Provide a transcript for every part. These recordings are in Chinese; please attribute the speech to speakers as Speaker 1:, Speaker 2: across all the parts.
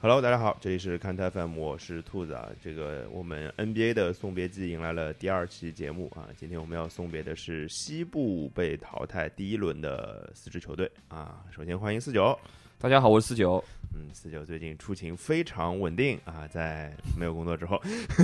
Speaker 1: Hello，大家好，这里是看台 FM，我是兔子啊。这个我们 NBA 的送别季迎来了第二期节目啊。今天我们要送别的是西部被淘汰第一轮的四支球队啊。首先欢迎四九，
Speaker 2: 大家好，我是四九。
Speaker 1: 嗯，四九最近出勤非常稳定啊，在没有工作之后，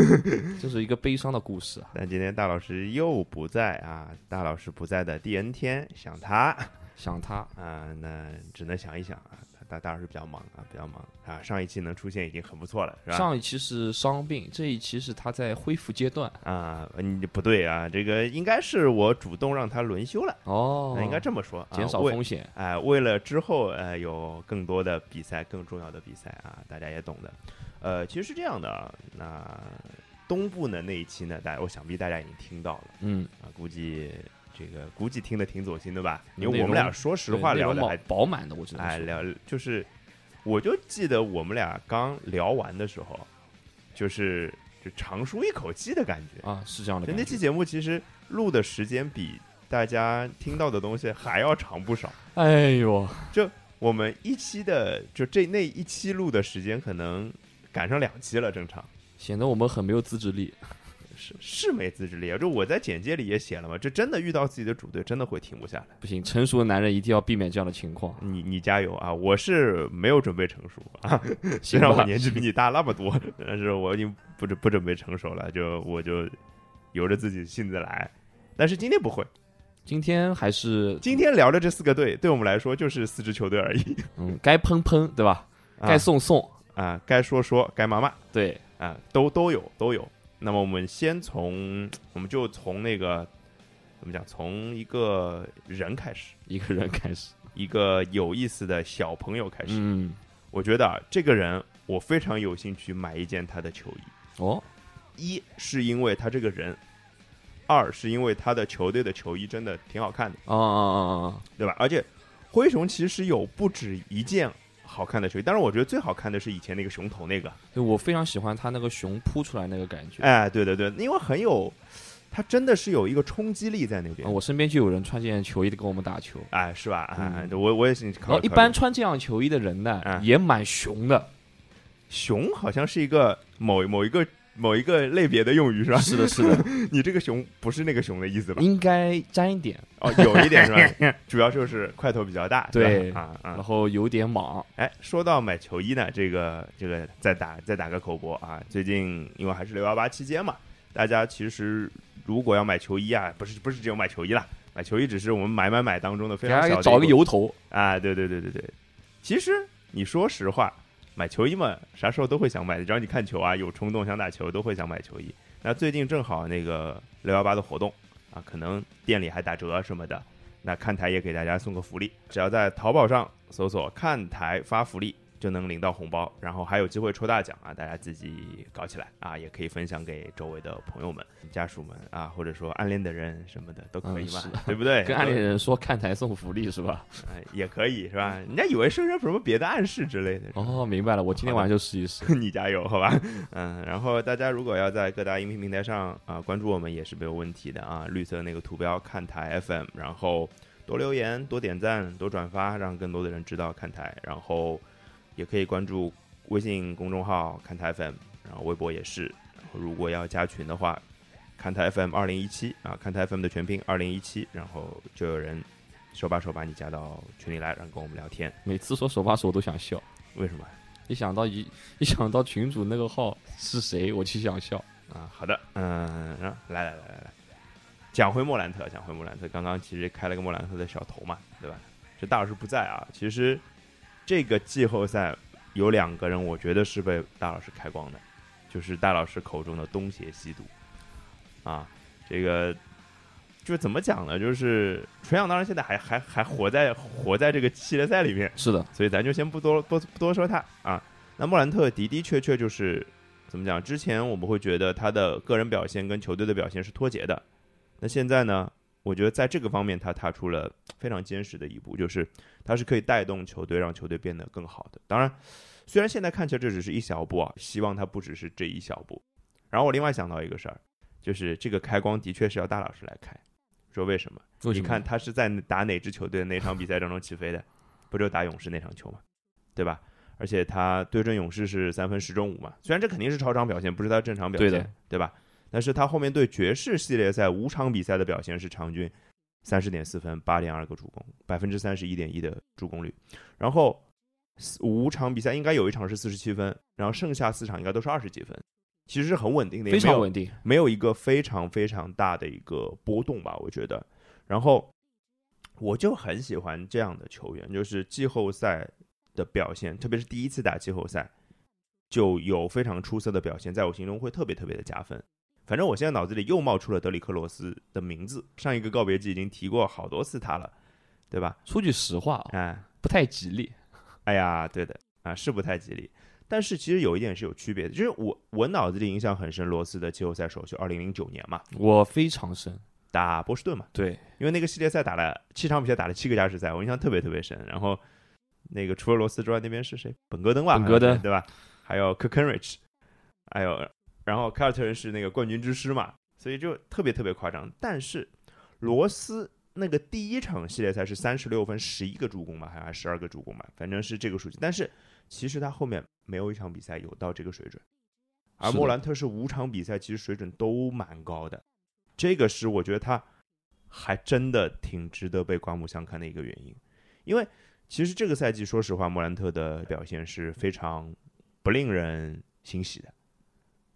Speaker 2: 这是一个悲伤的故事啊，
Speaker 1: 但今天大老师又不在啊。大老师不在的第 N 天，想他
Speaker 2: 想他，
Speaker 1: 啊，那只能想一想啊。大大老师比较忙啊，比较忙啊。上一期能出现已经很不错了，是吧？
Speaker 2: 上一期是伤病，这一期是他在恢复阶段
Speaker 1: 啊，你不对啊，这个应该是我主动让他轮休了，
Speaker 2: 哦
Speaker 1: 那应该这么说，啊
Speaker 2: 减少
Speaker 1: 为
Speaker 2: 风险。
Speaker 1: 哎、为了之后呃有更多的比赛，更重要的比赛啊，大家也懂的。呃，其实是这样的啊，那东部呢那一期呢，大我想必大家已经听到了
Speaker 2: 嗯，
Speaker 1: 啊，估计这个估计听得挺走心的吧？因
Speaker 2: 内
Speaker 1: 为我们
Speaker 2: 容
Speaker 1: 俩说实话
Speaker 2: 对
Speaker 1: 聊
Speaker 2: 内
Speaker 1: 的
Speaker 2: 容
Speaker 1: 还
Speaker 2: 饱饱满的，我只能
Speaker 1: 哎，
Speaker 2: 说
Speaker 1: 聊就是，我就记得我们俩刚聊完的时候，就是就长舒一口气的感觉。
Speaker 2: 啊，是这样的
Speaker 1: 就
Speaker 2: 感
Speaker 1: 那
Speaker 2: 觉
Speaker 1: 期。节目其实录的时间比大家听到的东西还要长不少。
Speaker 2: 哎呦，
Speaker 1: 我们一期的就这那一期录的时间可能赶上两期了，正常
Speaker 2: 显得我们很没有自制力。
Speaker 1: 是是没自制力啊。就我在简介里也写了嘛，这真的遇到自己的主队，真的会停不下来。。
Speaker 2: 不行，成熟的男人一定要避免这样的情况
Speaker 1: 你你加油啊！我是没有准备成熟啊，虽
Speaker 2: 行
Speaker 1: 然我
Speaker 2: 吧
Speaker 1: 年纪比你大那么多， 但是我已经不准不准备成熟了，就我就由着自己性子来。但是今天不会，
Speaker 2: 今天还是
Speaker 1: 今天聊的这四个队，对我们来说就是四支球队而已。
Speaker 2: 嗯，该喷喷对吧？
Speaker 1: 啊
Speaker 2: 该送送
Speaker 1: 啊，该说说，该骂骂
Speaker 2: 对，
Speaker 1: 啊，都都有都有。那么我们先从，我们就从那个怎么讲，从一个人开始，
Speaker 2: 一个人开始。
Speaker 1: 一个有意思的小朋友开始。
Speaker 2: 嗯，
Speaker 1: 我觉得啊，这个人我非常有兴趣买一件他的球衣，
Speaker 2: 哦，
Speaker 1: 一是因为他这个人，二是因为他的球队的球衣真的挺好看的，
Speaker 2: 啊啊啊啊啊！
Speaker 1: 对吧？而且灰熊其实有不止一件好看的球衣，但是我觉得最好看的是以前那个熊头那个。
Speaker 2: 对我非常喜欢他那个熊扑出来那个感觉。
Speaker 1: 哎，对对对，因为很有，他真的是有一个冲击力在那
Speaker 2: 啊
Speaker 1: 边。
Speaker 2: 我身边就有人穿这件球衣的跟我们打球。
Speaker 1: 哎，是吧？哎，
Speaker 2: 嗯
Speaker 1: 我我也是考虑。
Speaker 2: 然后
Speaker 1: 考虑
Speaker 2: 一般穿这样球衣的人呢，
Speaker 1: 嗯
Speaker 2: 也蛮熊的。
Speaker 1: 啊熊好像是一个某某一个某一个类别的用语是吧？
Speaker 2: 是的，是的，
Speaker 1: 你这个熊不是那个熊的意思吧？
Speaker 2: 应该沾一点，
Speaker 1: 哦，有一点是 吧？主要就是块头比较大，是吧
Speaker 2: 对
Speaker 1: 啊啊
Speaker 2: 然。后有点莽。
Speaker 1: 哎，说到买球衣呢，这个这个再打再打个口播啊！最近因为还是六幺八期间嘛，大家其实如果要买球衣啊，不是不是只有买球衣啦，买球衣只是我们买买买当中的非
Speaker 2: 给
Speaker 1: 常
Speaker 2: 大
Speaker 1: 小
Speaker 2: 家
Speaker 1: 的
Speaker 2: 哎找一个
Speaker 1: 由
Speaker 2: 由头，
Speaker 1: 啊，对对对对对。其实你说实话，买球衣嘛，啥时候都会想买，只要你看球啊，有冲动想打球都会想买球衣。那最近正好那个六幺八的活动啊，可能店里还打折什么的，那看台也给大家送个福利，只要在淘宝上搜索“看台发福利”。就能领到红包，然后还有机会抽大奖啊！大家自己搞起来啊，也可以分享给周围的朋友们、家属们啊，或者说暗恋的人什么的都可以嘛，
Speaker 2: 嗯是的
Speaker 1: 对不对？
Speaker 2: 跟暗恋人说看台送福利是吧？
Speaker 1: 哎，也可以是吧？人家以为是不是有什么别的暗示之类的。
Speaker 2: 哦，明白了，我今天晚上就试一试。
Speaker 1: 你加油，好吧？嗯，然后大家如果要在各大音频平台上啊、关注我们也是没有问题的啊。绿色那个图标看台 FM，然后多留言、多点赞、多转发，让更多的人知道看台。然后也可以关注微信公众号看台 FM，然后微博也是。然后如果要加群的话，看台 FM 二零一七啊，看台 FM 的全拼二零一七，然后就有人手把手把你加到群里来，然后跟我们聊天。
Speaker 2: 每次说手把手我都想笑，
Speaker 1: 为什么？
Speaker 2: 一想到一一想到群主那个号是谁，我就想笑。
Speaker 1: 啊，好的，嗯，然后来来来来来，讲回莫兰特，讲回莫兰特，刚刚其实开了个莫兰特的小头嘛，对吧？这大老师不在啊，其实这个季后赛有两个人，我觉得是被大老师开光的，就是大老师口中的东邪西毒啊，这个。就是怎么讲呢？就是纯阳当然现在还还还活在活在这个系列赛里面，
Speaker 2: 是的，
Speaker 1: 所以咱就先不多不不多说他啊。那莫兰特的的确确就是怎么讲？之前我们会觉得他的个人表现跟球队的表现是脱节的，那现在呢？我觉得在这个方面，他踏出了非常坚实的一步，就是他是可以带动球队，让球队变得更好的。当然，虽然现在看起来这只是一小步啊，希望他不只是这一小步。然后我另外想到一个事儿，就是这个开光的确是要大老师来开，说为什么？
Speaker 2: 为什
Speaker 1: 你
Speaker 2: 么
Speaker 1: 看他是在打哪支球队的那场比赛当中起飞的？不就打勇士那场球嘛，对吧？而且他对阵勇士是三分十中五嘛，虽然这肯定是超常表现，不是他正常表
Speaker 2: 对
Speaker 1: 现，
Speaker 2: 的
Speaker 1: 对吧？但是他后面对爵士系列赛五场比赛的表现是场均三十点四分、八点二个助攻、百分之三十一点一的助攻率，然后四五场比赛应该有一场是四十七分，然后剩下四场应该都是二十几分，其实是很稳定的，也
Speaker 2: 非
Speaker 1: 没
Speaker 2: 常
Speaker 1: 有
Speaker 2: 稳定。
Speaker 1: 没有一个非常非常大的一个波动吧，我觉得。然后我就很喜欢这样的球员，就是季后赛的表现，特别是第一次打季后赛就有非常出色的表现，在我心中会特别特别的加分。反正我现在脑子里又冒出了德里克罗斯的名字，上一个告别季已经提过好多次他了，对吧？
Speaker 2: 说句实话啊，
Speaker 1: 哎，
Speaker 2: 不太吉利。
Speaker 1: 哎呀，对的啊，是不太吉利。但是其实有一点是有区别的，就是我我脑子里印象很深，罗斯的季后赛首秀，二零零九年嘛，
Speaker 2: 我非常深，
Speaker 1: 打波士顿嘛，
Speaker 2: 对，
Speaker 1: 因为那个系列赛打了七场比赛，打了七个加时赛，我印象特别特别深。然后那个除了罗斯之外，那边是谁？本戈登吧，
Speaker 2: 本戈登
Speaker 1: 好像是对吧？还有 k i r k e n r i c h 还有然后凯尔特人是那个冠军之师嘛，所以就特别特别夸张。但是罗斯那个第一场系列赛是三十六分、十一个助攻吧，还还十二个助攻吧，反正是这个数据。但是其实他后面没有一场比赛有到这个水准，而
Speaker 2: 是的
Speaker 1: 莫兰特是五场比赛其实水准都蛮高的，这个是我觉得他还真的挺值得被刮目相看的一个原因，因为其实这个赛季说实话，莫兰特的表现是非常不令人欣喜的。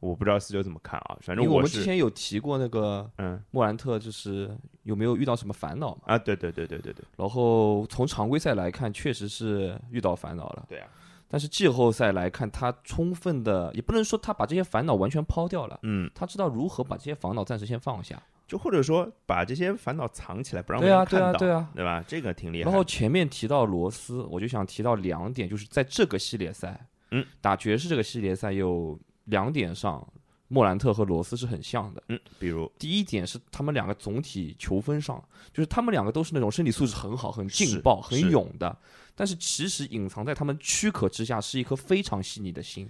Speaker 1: 我不知道四九怎么看啊，反
Speaker 2: 因
Speaker 1: 正
Speaker 2: 为我们之
Speaker 1: 是
Speaker 2: 前有提过那个
Speaker 1: 嗯
Speaker 2: 莫兰特，就是有没有遇到什么烦恼嘛？
Speaker 1: 啊，对对对对对对
Speaker 2: 然后从常规赛来看，确实是遇到烦恼了。
Speaker 1: 对啊，
Speaker 2: 但是季后赛来看，他充分的，也不能说他把这些烦恼完全抛掉了，
Speaker 1: 嗯，
Speaker 2: 他知道如何把这些烦恼暂时先放下。
Speaker 1: 就或者说把这些烦恼藏起来，不让别
Speaker 2: 对
Speaker 1: 人
Speaker 2: 啊，
Speaker 1: 看
Speaker 2: 对
Speaker 1: 到，
Speaker 2: 啊，对啊。
Speaker 1: 对吧？这个挺厉害的。
Speaker 2: 然后前面提到罗斯，我就想提到两点，就是在这个系列赛，
Speaker 1: 嗯，
Speaker 2: 打爵士这个系列赛有两点上，莫兰特和罗斯是很像的。
Speaker 1: 嗯，比如
Speaker 2: 第一点是他们两个总体球风上，就是他们两个都是那种身体素质很好、很劲爆、
Speaker 1: 是
Speaker 2: 很勇的，但是其实隐藏在他们躯壳之下是一颗非常细腻的心。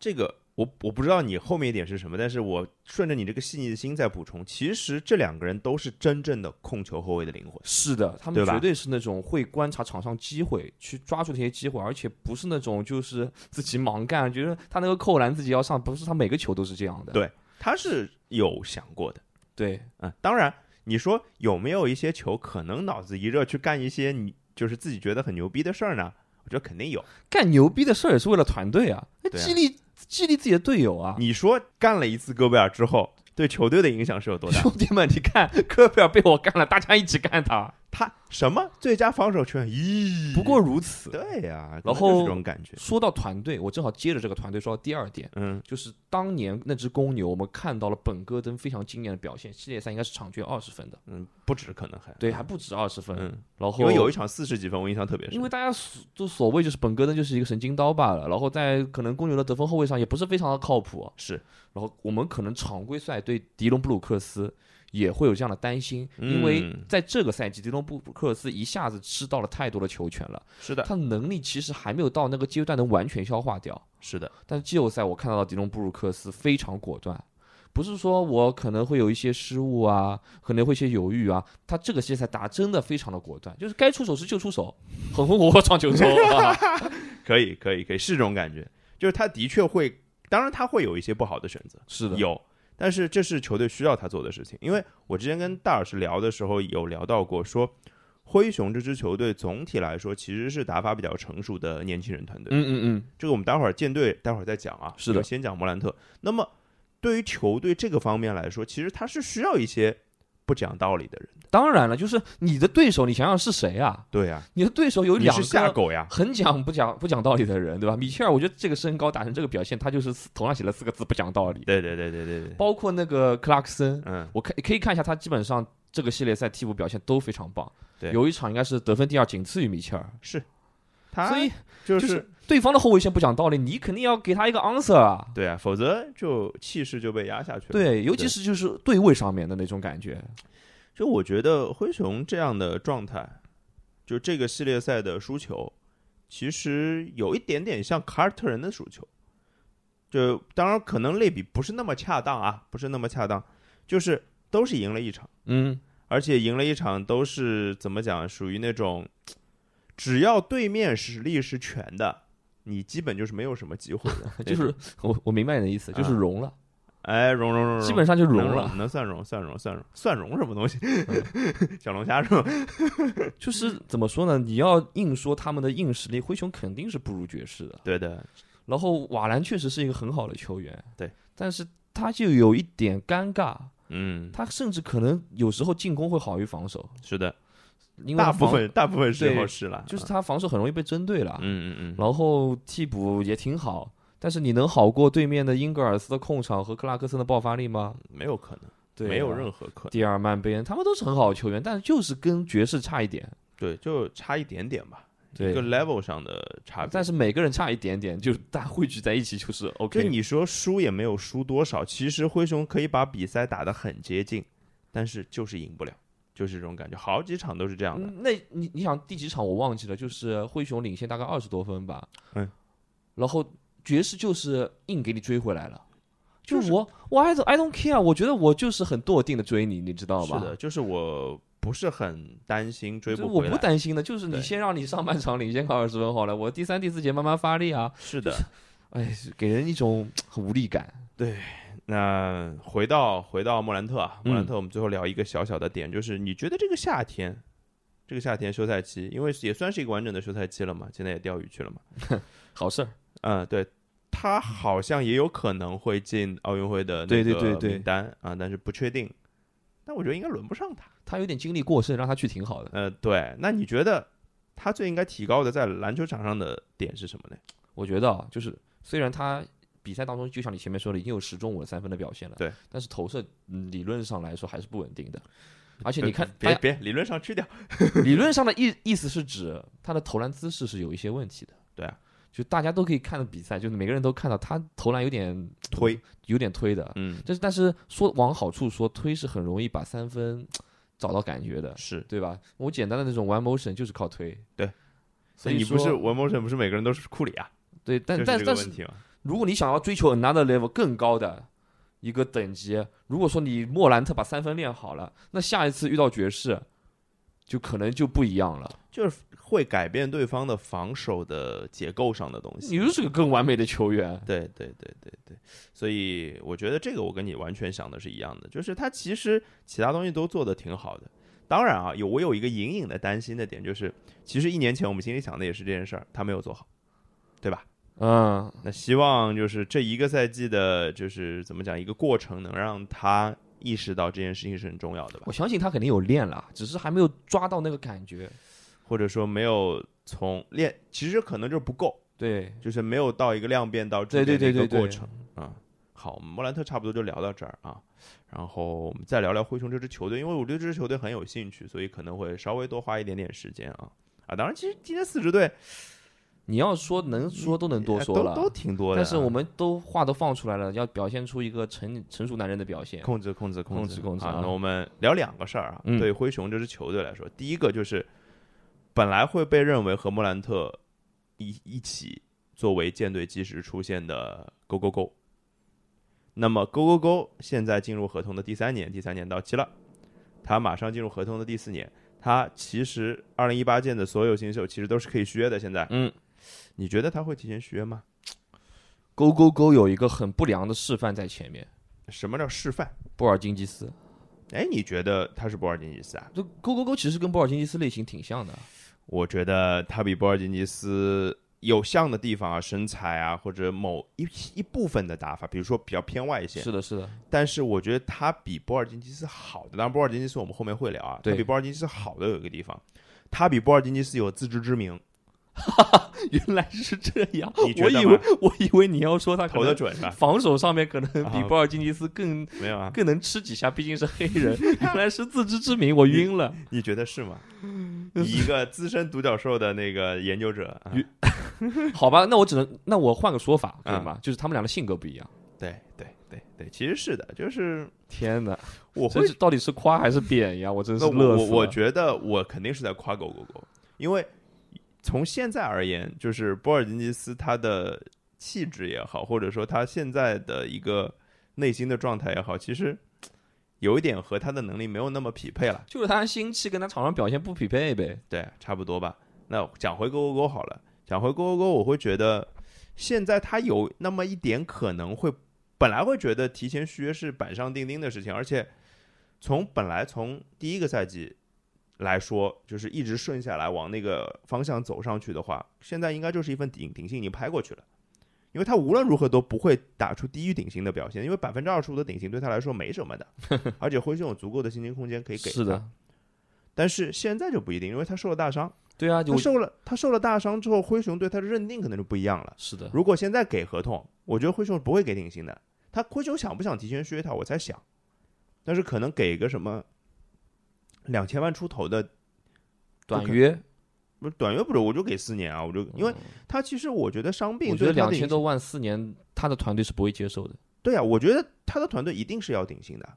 Speaker 1: 这个我我不知道你后面一点是什么，但是我顺着你这个细腻的心在补充，其实这两个人都是真正的控球后卫的灵魂。
Speaker 2: 是的，他
Speaker 1: 对
Speaker 2: 们
Speaker 1: 吧
Speaker 2: 绝对是那种会观察场上机会，去抓住这些机会，而且不是那种就是自己盲干，觉得他那个扣篮自己要上，不是他每个球都是这样的。
Speaker 1: 对他是有想过的，
Speaker 2: 对，
Speaker 1: 嗯，当然你说有没有一些球可能脑子一热去干一些你就是自己觉得很牛逼的事儿呢？我觉得肯定有。
Speaker 2: 干牛逼的事儿也是为了团队啊，那
Speaker 1: 对啊
Speaker 2: 激励激励自己的队友啊。
Speaker 1: 你说干了一次戈贝尔之后，对球队的影响是有多大？
Speaker 2: 兄弟们，你看科贝尔被我干了，大家一起干他。
Speaker 1: 他什么最佳防守球员？咦，
Speaker 2: 不过如此。
Speaker 1: 对呀、
Speaker 2: 然后
Speaker 1: 可能就是这种感觉，
Speaker 2: 说到团队，我正好接着这个团队说到第二点，
Speaker 1: 嗯
Speaker 2: 就是当年那只公牛，我们看到了本戈登非常惊艳的表现，系列赛应该是场均二十分的，
Speaker 1: 嗯，不止可能还
Speaker 2: 对，还不止二十分。
Speaker 1: 嗯，
Speaker 2: 然后
Speaker 1: 因为有一场四十几分，我印象特别深
Speaker 2: 因为。大家所就所谓就是本戈登就是一个神经刀罢了，然后在可能公牛的得分后卫上也不是非常的靠谱，啊
Speaker 1: 是，
Speaker 2: 然后我们可能常规赛对迪隆布鲁克斯也会有这样的担心，因为
Speaker 1: 嗯
Speaker 2: 在这个赛季迪隆布鲁克斯一下子吃到了太多的球权了，
Speaker 1: 是的，
Speaker 2: 他能力其实还没有到那个阶段能完全消化掉。
Speaker 1: 是的，
Speaker 2: 但是季后赛我看到了迪隆布鲁克斯非常果断，不是说我可能会有一些失误啊，可能会一些犹豫啊，他这个系列赛打真的非常的果断，就是该出手时就出手，很红火火上 九州、啊。
Speaker 1: 可以，可以，可以，是这种感觉，就是他的确会，当然他会有一些不好的选择，
Speaker 2: 是的，
Speaker 1: 有，但是这是球队需要他做的事情。因为我之前跟大老师聊的时候有聊到过，说灰熊这支球队总体来说其实是打法比较成熟的年轻人团队。
Speaker 2: 嗯嗯嗯，
Speaker 1: 这个我们待会儿舰队待会儿再讲啊，
Speaker 2: 是
Speaker 1: 就
Speaker 2: 的
Speaker 1: 先讲莫兰特。那么对于球队这个方面来说，其实他是需要一些不讲道理的人。
Speaker 2: 当然了，就是你的对手，你想想是谁啊？
Speaker 1: 对呀、
Speaker 2: 你的对手有
Speaker 1: 你
Speaker 2: 两
Speaker 1: 是下
Speaker 2: 个。
Speaker 1: 狗呀，
Speaker 2: 很讲不讲不讲道理的人，对吧？米切尔，我觉得这个身高打成这个表现，他就是四头上写了四个字不讲道理。
Speaker 1: 对对对对对对，
Speaker 2: 包括那个克拉克森，
Speaker 1: 嗯，
Speaker 2: 我看可以看一下他基本上这个系列赛替补表现都非常棒，
Speaker 1: 对
Speaker 2: 有一场应该是得分第二，仅次于米切尔，
Speaker 1: 是，他
Speaker 2: 所以
Speaker 1: 啊就
Speaker 2: 就是对方的后卫线不讲道理，你肯定要给他一个 answer 啊。
Speaker 1: 对啊，否则就气势就被压下去了。，
Speaker 2: 对，尤其是就是对位上面的那种感觉，
Speaker 1: 就我觉得灰熊这样的状态，就这个系列赛的输球，其实有一点点像凯尔特人的输球。就当然可能类比不是那么恰当啊，不是那么恰当，就是都是赢了一场，
Speaker 2: 嗯，
Speaker 1: 而且赢了一场都是怎么讲，属于那种只要对面实力是全的，你基本就是没有什么机会
Speaker 2: ，
Speaker 1: 的那
Speaker 2: 就是
Speaker 1: 种
Speaker 2: 我我明白你的意思，就是
Speaker 1: 啊
Speaker 2: 融了，
Speaker 1: 哎，融融融，
Speaker 2: 基本上就
Speaker 1: 融
Speaker 2: 融
Speaker 1: 能
Speaker 2: 了，
Speaker 1: 能算融算融算融算融什么东西？
Speaker 2: 嗯
Speaker 1: 小龙虾是吧？
Speaker 2: 就是怎么说呢？你要硬说他们的硬实力，灰熊肯定是不如爵士的。
Speaker 1: 对的，
Speaker 2: 然后瓦兰确实是一个很好的球员，
Speaker 1: 对，
Speaker 2: 但是他就有一点尴尬，
Speaker 1: 嗯，
Speaker 2: 他甚至可能有时候进攻会好于防守，
Speaker 1: 是的，
Speaker 2: 因为
Speaker 1: 大
Speaker 2: 他
Speaker 1: 部
Speaker 2: 防
Speaker 1: 分大部分时候
Speaker 2: 对
Speaker 1: 是了，
Speaker 2: 就是
Speaker 1: 啊
Speaker 2: 他防守很容易被针对了，
Speaker 1: 嗯嗯嗯，
Speaker 2: 然后替补也挺好，但是你能好过对面的英格尔斯的控场和克拉克森的爆发力吗？
Speaker 1: 没有可能，
Speaker 2: 对啊，
Speaker 1: 没有任何可能，
Speaker 2: 第二曼贝恩他们都是很好的球员，但就是跟爵士差一点，
Speaker 1: 对，就差一点点吧，一个
Speaker 2: 对。
Speaker 1: level 上的差别。
Speaker 2: 但是每个人差一点点，就是大家汇聚在一起就是 OK。
Speaker 1: 就你说输也没有输多少，其实灰熊可以把比赛打得很接近，但是就是赢不了，就是这种感觉，好几场都是这样的。
Speaker 2: 嗯那你你想第几场我忘记了，就是灰熊领先大概二十多分吧，
Speaker 1: 嗯，
Speaker 2: 然后爵士就是硬给你追回来了。就
Speaker 1: 就是
Speaker 2: 是我，我 I don't I don't care，我觉得我就是很笃定的追你，你知道吧？
Speaker 1: 是的，就是我不是很担心追
Speaker 2: 就是
Speaker 1: 不
Speaker 2: 我
Speaker 1: 回来。
Speaker 2: 不担心的，就是你
Speaker 1: 对
Speaker 2: 先让你上半场领先个二十分好了，我第三、第四节慢慢发力啊，
Speaker 1: 是的，
Speaker 2: 哎，给人一种很无力感。
Speaker 1: 那回到回到莫兰特啊，
Speaker 2: 嗯
Speaker 1: 莫兰特，我们最后聊一个小小的点，就是你觉得这个夏天，这个夏天休赛期，因为也算是一个完整的休赛期了嘛，现在也钓鱼去了嘛，
Speaker 2: 好事儿，
Speaker 1: 嗯，对。他好像也有可能会进奥运会的那
Speaker 2: 对对对
Speaker 1: 个
Speaker 2: 对
Speaker 1: 名单啊，但是不确定。但我觉得应该轮不上他。
Speaker 2: 他有点精力过剩，让他去挺好的。
Speaker 1: 呃，对，那你觉得他最应该提高的在篮球场上的点是什么呢？
Speaker 2: 我觉得啊，就是虽然他比赛当中，就像你前面说的，已经有十中五的三分的表现了，
Speaker 1: 对，
Speaker 2: 但是投射嗯理论上来说还是不稳定的。而且你看，
Speaker 1: 嗯别
Speaker 2: 哎
Speaker 1: 别别理论上去掉，
Speaker 2: 理论上的意意思是指他的投篮姿势是有一些问题的。
Speaker 1: 对啊，
Speaker 2: 就大家都可以看的比赛，就是每个人都看到他投篮有点
Speaker 1: 推，
Speaker 2: 有点推的。
Speaker 1: 嗯，
Speaker 2: 但是但是说往好处说，推是很容易把三分找到感觉的，
Speaker 1: 是，
Speaker 2: 对吧？我简单的那种 one motion 就是靠推。
Speaker 1: 对，
Speaker 2: 所
Speaker 1: 那
Speaker 2: 以
Speaker 1: 你不是
Speaker 2: 说
Speaker 1: one motion，不是每个人都是库里啊，
Speaker 2: 对，但
Speaker 1: 就是
Speaker 2: 但
Speaker 1: 这个
Speaker 2: 但
Speaker 1: 问
Speaker 2: 是
Speaker 1: 题嘛，
Speaker 2: 如果你想要追求 another level 更高的一个等级，如果说你莫兰特把三分练好了，那下一次遇到爵士，就可能就不一样了。
Speaker 1: 就是会改变对方的防守的结构上的东
Speaker 2: 你
Speaker 1: 西。
Speaker 2: 就是个更完美的球员。
Speaker 1: 对对对对对，所以我觉得这个我跟你完全想的是一样的，就是他其实其他东西都做得挺好的。当然啊，有我有一个隐隐的担心的点，就是其实一年前我们心里想的也是这件事儿，他没有做好，对吧？
Speaker 2: 嗯，
Speaker 1: 那希望就是这一个赛季的，就是怎么讲一个过程，能让他意识到这件事情是很重要的吧
Speaker 2: 我，相信他肯定有练了，只是还没有抓到那个感觉。
Speaker 1: 或者说没有从练，其实可能就是不够，
Speaker 2: 对，
Speaker 1: 就是没有到一个量变到质
Speaker 2: 对
Speaker 1: 变的
Speaker 2: 对
Speaker 1: 一个
Speaker 2: 对对对
Speaker 1: 过程啊。好，我们莫兰特差不多就聊到这儿啊，然后我们再聊聊灰熊这支球队，因为我对这支球队很有兴趣，所以可能会稍微多花一点点时间啊啊，当然其实今天四支队
Speaker 2: 你要说能说都能多
Speaker 1: 呃
Speaker 2: 说
Speaker 1: 都
Speaker 2: 了，
Speaker 1: 都挺多的啊，
Speaker 2: 但是我们都话都放出来了，要表现出一个成成熟男人的表现。
Speaker 1: 控制控制
Speaker 2: 控制控制
Speaker 1: 啊
Speaker 2: 啊！
Speaker 1: 那我们聊两个事儿啊，
Speaker 2: 嗯
Speaker 1: 对灰熊这支球队来说，第一个就是本来会被认为和莫兰特一一起作为舰队基石出现的 Go Go Go，那么 Go Go Go 现在进入合同的第三年，第三年到期了，他马上进入合同的第四年，他其实二零一八届的所有新秀其实都是可以续约的，现在，
Speaker 2: 嗯，
Speaker 1: 你觉得他会提前续约吗？
Speaker 2: 勾勾勾有一个很不良的示范在前面，
Speaker 1: 什么叫示范？
Speaker 2: 波尔津吉斯。
Speaker 1: 哎，你觉得他是博尔津吉斯啊？
Speaker 2: 就勾勾勾其实跟波尔津吉斯类型挺像的，
Speaker 1: 我觉得他比波尔津吉斯有像的地方啊，身材啊，或者某一一部分的打法，比如说比较偏外线。
Speaker 2: 是的，是的，
Speaker 1: 但是我觉得他比波尔津吉斯好的，当然波尔津吉斯我们后面会聊啊。他
Speaker 2: 对
Speaker 1: 比波尔津吉斯好的有一个地方，他比波尔津吉斯有自知之明，
Speaker 2: 原来是这样
Speaker 1: 你觉
Speaker 2: 我
Speaker 1: 得
Speaker 2: 以
Speaker 1: 吗
Speaker 2: 为我以为你要说他可
Speaker 1: 投的
Speaker 2: 能
Speaker 1: 准是吧？
Speaker 2: 防守上面可能比
Speaker 1: 啊
Speaker 2: 波尔津吉斯更
Speaker 1: 没 有啊？
Speaker 2: 更能吃几下，毕竟是黑 人。原来是自知之明，我晕了。
Speaker 1: 你觉得是吗？你一个资深独角兽的那个研究者，啊
Speaker 2: 与 好吧，那我只能那我换个说法可以吗？就是他们俩的性格不一样。
Speaker 1: 对对对对，其实是的，就是
Speaker 2: 天哪，
Speaker 1: 我会
Speaker 2: 这是到底是夸还是贬呀？我真是
Speaker 1: 那
Speaker 2: 乐
Speaker 1: 我
Speaker 2: 死
Speaker 1: 我我
Speaker 2: 了
Speaker 1: 觉得我肯定是在夸狗狗狗，因为从现在而言，就是波尔津吉斯他的气质也好，或者说他现在的一个内心的状态也好，其实有一点和他的能力没有那么匹配了。
Speaker 2: 就是他心气跟他场上表现不匹配呗。
Speaker 1: 对，差不多吧。那讲回狗狗狗好了，讲回勾勾勾，我会觉得现在他有那么一点可能会，本来会觉得提前续约是板上钉钉的事情，而且从本来从第一个赛季来说，就是一直顺下来往那个方向走上去的话，现在应该就是一份顶顶薪已经拍过去了。因为他无论如何都不会打出低于顶薪的表现，因为百分之二十五的顶薪对他来说没什么的，而且灰熊有足够的薪金空间可以给。
Speaker 2: 是的，，
Speaker 1: 但是现在就不一定，因为他受了大伤，
Speaker 2: 对啊，
Speaker 1: 他
Speaker 2: 有
Speaker 1: 受了他受了大伤之后，灰熊对他的认定可能就不一样了。
Speaker 2: 是的，
Speaker 1: 如果现在给合同，我觉得灰熊不会给顶薪的。他灰熊想不想提前续约他，我猜想，但是可能给个什么两千万出头的，
Speaker 2: 短约，
Speaker 1: 不是短约不是，我就给四年啊，我就因为
Speaker 2: 嗯
Speaker 1: 他其实我觉得伤病
Speaker 2: 我觉
Speaker 1: 对
Speaker 2: 得
Speaker 1: 他
Speaker 2: 两
Speaker 1: 的影响，
Speaker 2: 千多万四年，他的团队是不会接受的。
Speaker 1: 对啊，我觉得他的团队一定是要顶薪的，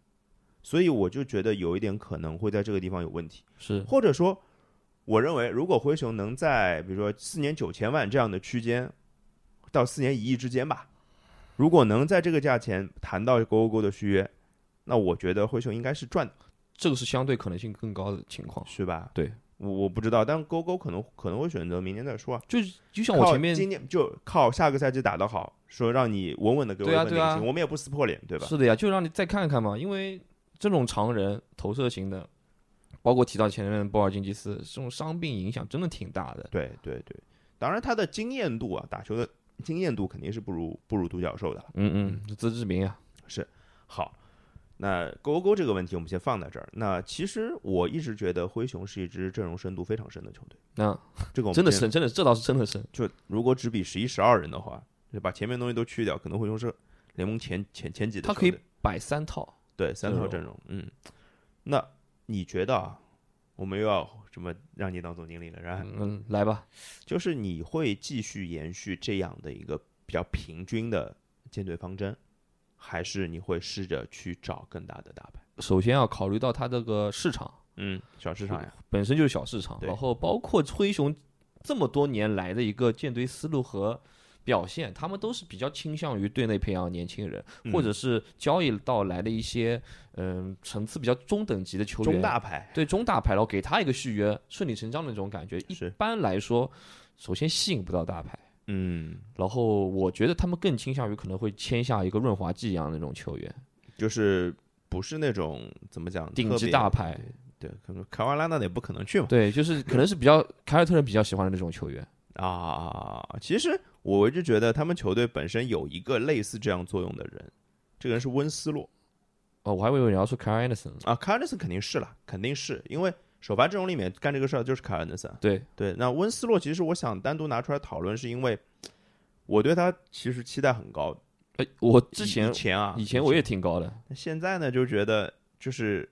Speaker 1: 所以我就觉得有一点可能会在这个地方有问题。
Speaker 2: 是，
Speaker 1: 或者说，我认为如果灰熊能在比如说四年九千万这样的区间到四年一亿之间吧，如果能在这个价钱谈到勾勾勾的续约，那我觉得灰熊应该是赚的，
Speaker 2: 这个是相对可能性更高的情况。
Speaker 1: 是吧？
Speaker 2: 对，
Speaker 1: 我我不知道，但勾勾可能可能会选择明年再说啊。
Speaker 2: 就是就像我
Speaker 1: 靠
Speaker 2: 前面
Speaker 1: 今年就靠下个赛季打得好，说让你稳稳的给我一
Speaker 2: 对啊
Speaker 1: 份
Speaker 2: 对啊
Speaker 1: 顶薪，我们也不撕破脸，对吧？
Speaker 2: 是的呀，就让你再看看嘛，因为这种常人投射型的，包括提到前任波尔津吉斯，这种伤病影响真的挺大的。
Speaker 1: 对对对，当然他的经验度啊，打球的经验度肯定是不如不如独角兽的。
Speaker 2: 嗯嗯，自知之明啊，
Speaker 1: 好，那勾勾这个问题我们先放在这儿。那其实我一直觉得灰熊是一支阵容深度非常深的球队，
Speaker 2: 那
Speaker 1: 这个我们
Speaker 2: 真的
Speaker 1: 先
Speaker 2: 深，真的这倒是真的深。
Speaker 1: 就如果只比十一十二人的话，就把前面东西都去掉，可能灰熊是联盟前前前几的球
Speaker 2: 他
Speaker 1: 队。
Speaker 2: 可以摆三套，
Speaker 1: 对三套阵容，嗯。那你觉得啊？我们又要什么让你当总经理了，然后
Speaker 2: 嗯，来吧，
Speaker 1: 就是你会继续延续这样的一个比较平均的舰队方针，还是你会试着去找更大的打牌？
Speaker 2: 首先要考虑到他这个市场
Speaker 1: 嗯，小市场呀，
Speaker 2: 本身就是小市场，
Speaker 1: 对
Speaker 2: 然后包括灰熊这么多年来的一个舰队思路和表现，他们都是比较倾向于队内培养年轻人，
Speaker 1: 嗯
Speaker 2: 或者是交易到来的一些嗯、层次比较中等级的球员，
Speaker 1: 中大牌
Speaker 2: 对中大牌，然后给他一个续约，顺理成章的那种感觉。一
Speaker 1: 是，
Speaker 2: 般来说，首先吸引不到大牌，
Speaker 1: 嗯，
Speaker 2: 然后我觉得他们更倾向于可能会签下一个润滑剂一样的那种球员，
Speaker 1: 就是不是那种怎么讲
Speaker 2: 顶
Speaker 1: 特
Speaker 2: 级
Speaker 1: 别
Speaker 2: 大牌。
Speaker 1: 对，可能卡瓦拉那也不可能去嘛
Speaker 2: 对，就是可能是比较凯尔特人比较喜欢的那种球员。
Speaker 1: 啊。其实我一直觉得他们球队本身有一个类似这样作用的人，这个人是温斯洛
Speaker 2: 哦，我还以为你要说凯尔安德森呢。
Speaker 1: 啊，卡尔内森肯定是了，肯定是因为首发阵容里面干这个事儿的就是卡尔内森。
Speaker 2: 对，
Speaker 1: 对，那温斯洛其实我想单独拿出来讨论，是因为我对他其实期待很高。
Speaker 2: 哎，我
Speaker 1: 以
Speaker 2: 之前
Speaker 1: 以前啊，
Speaker 2: 以前我也挺高的，
Speaker 1: 那现在呢，就觉得就是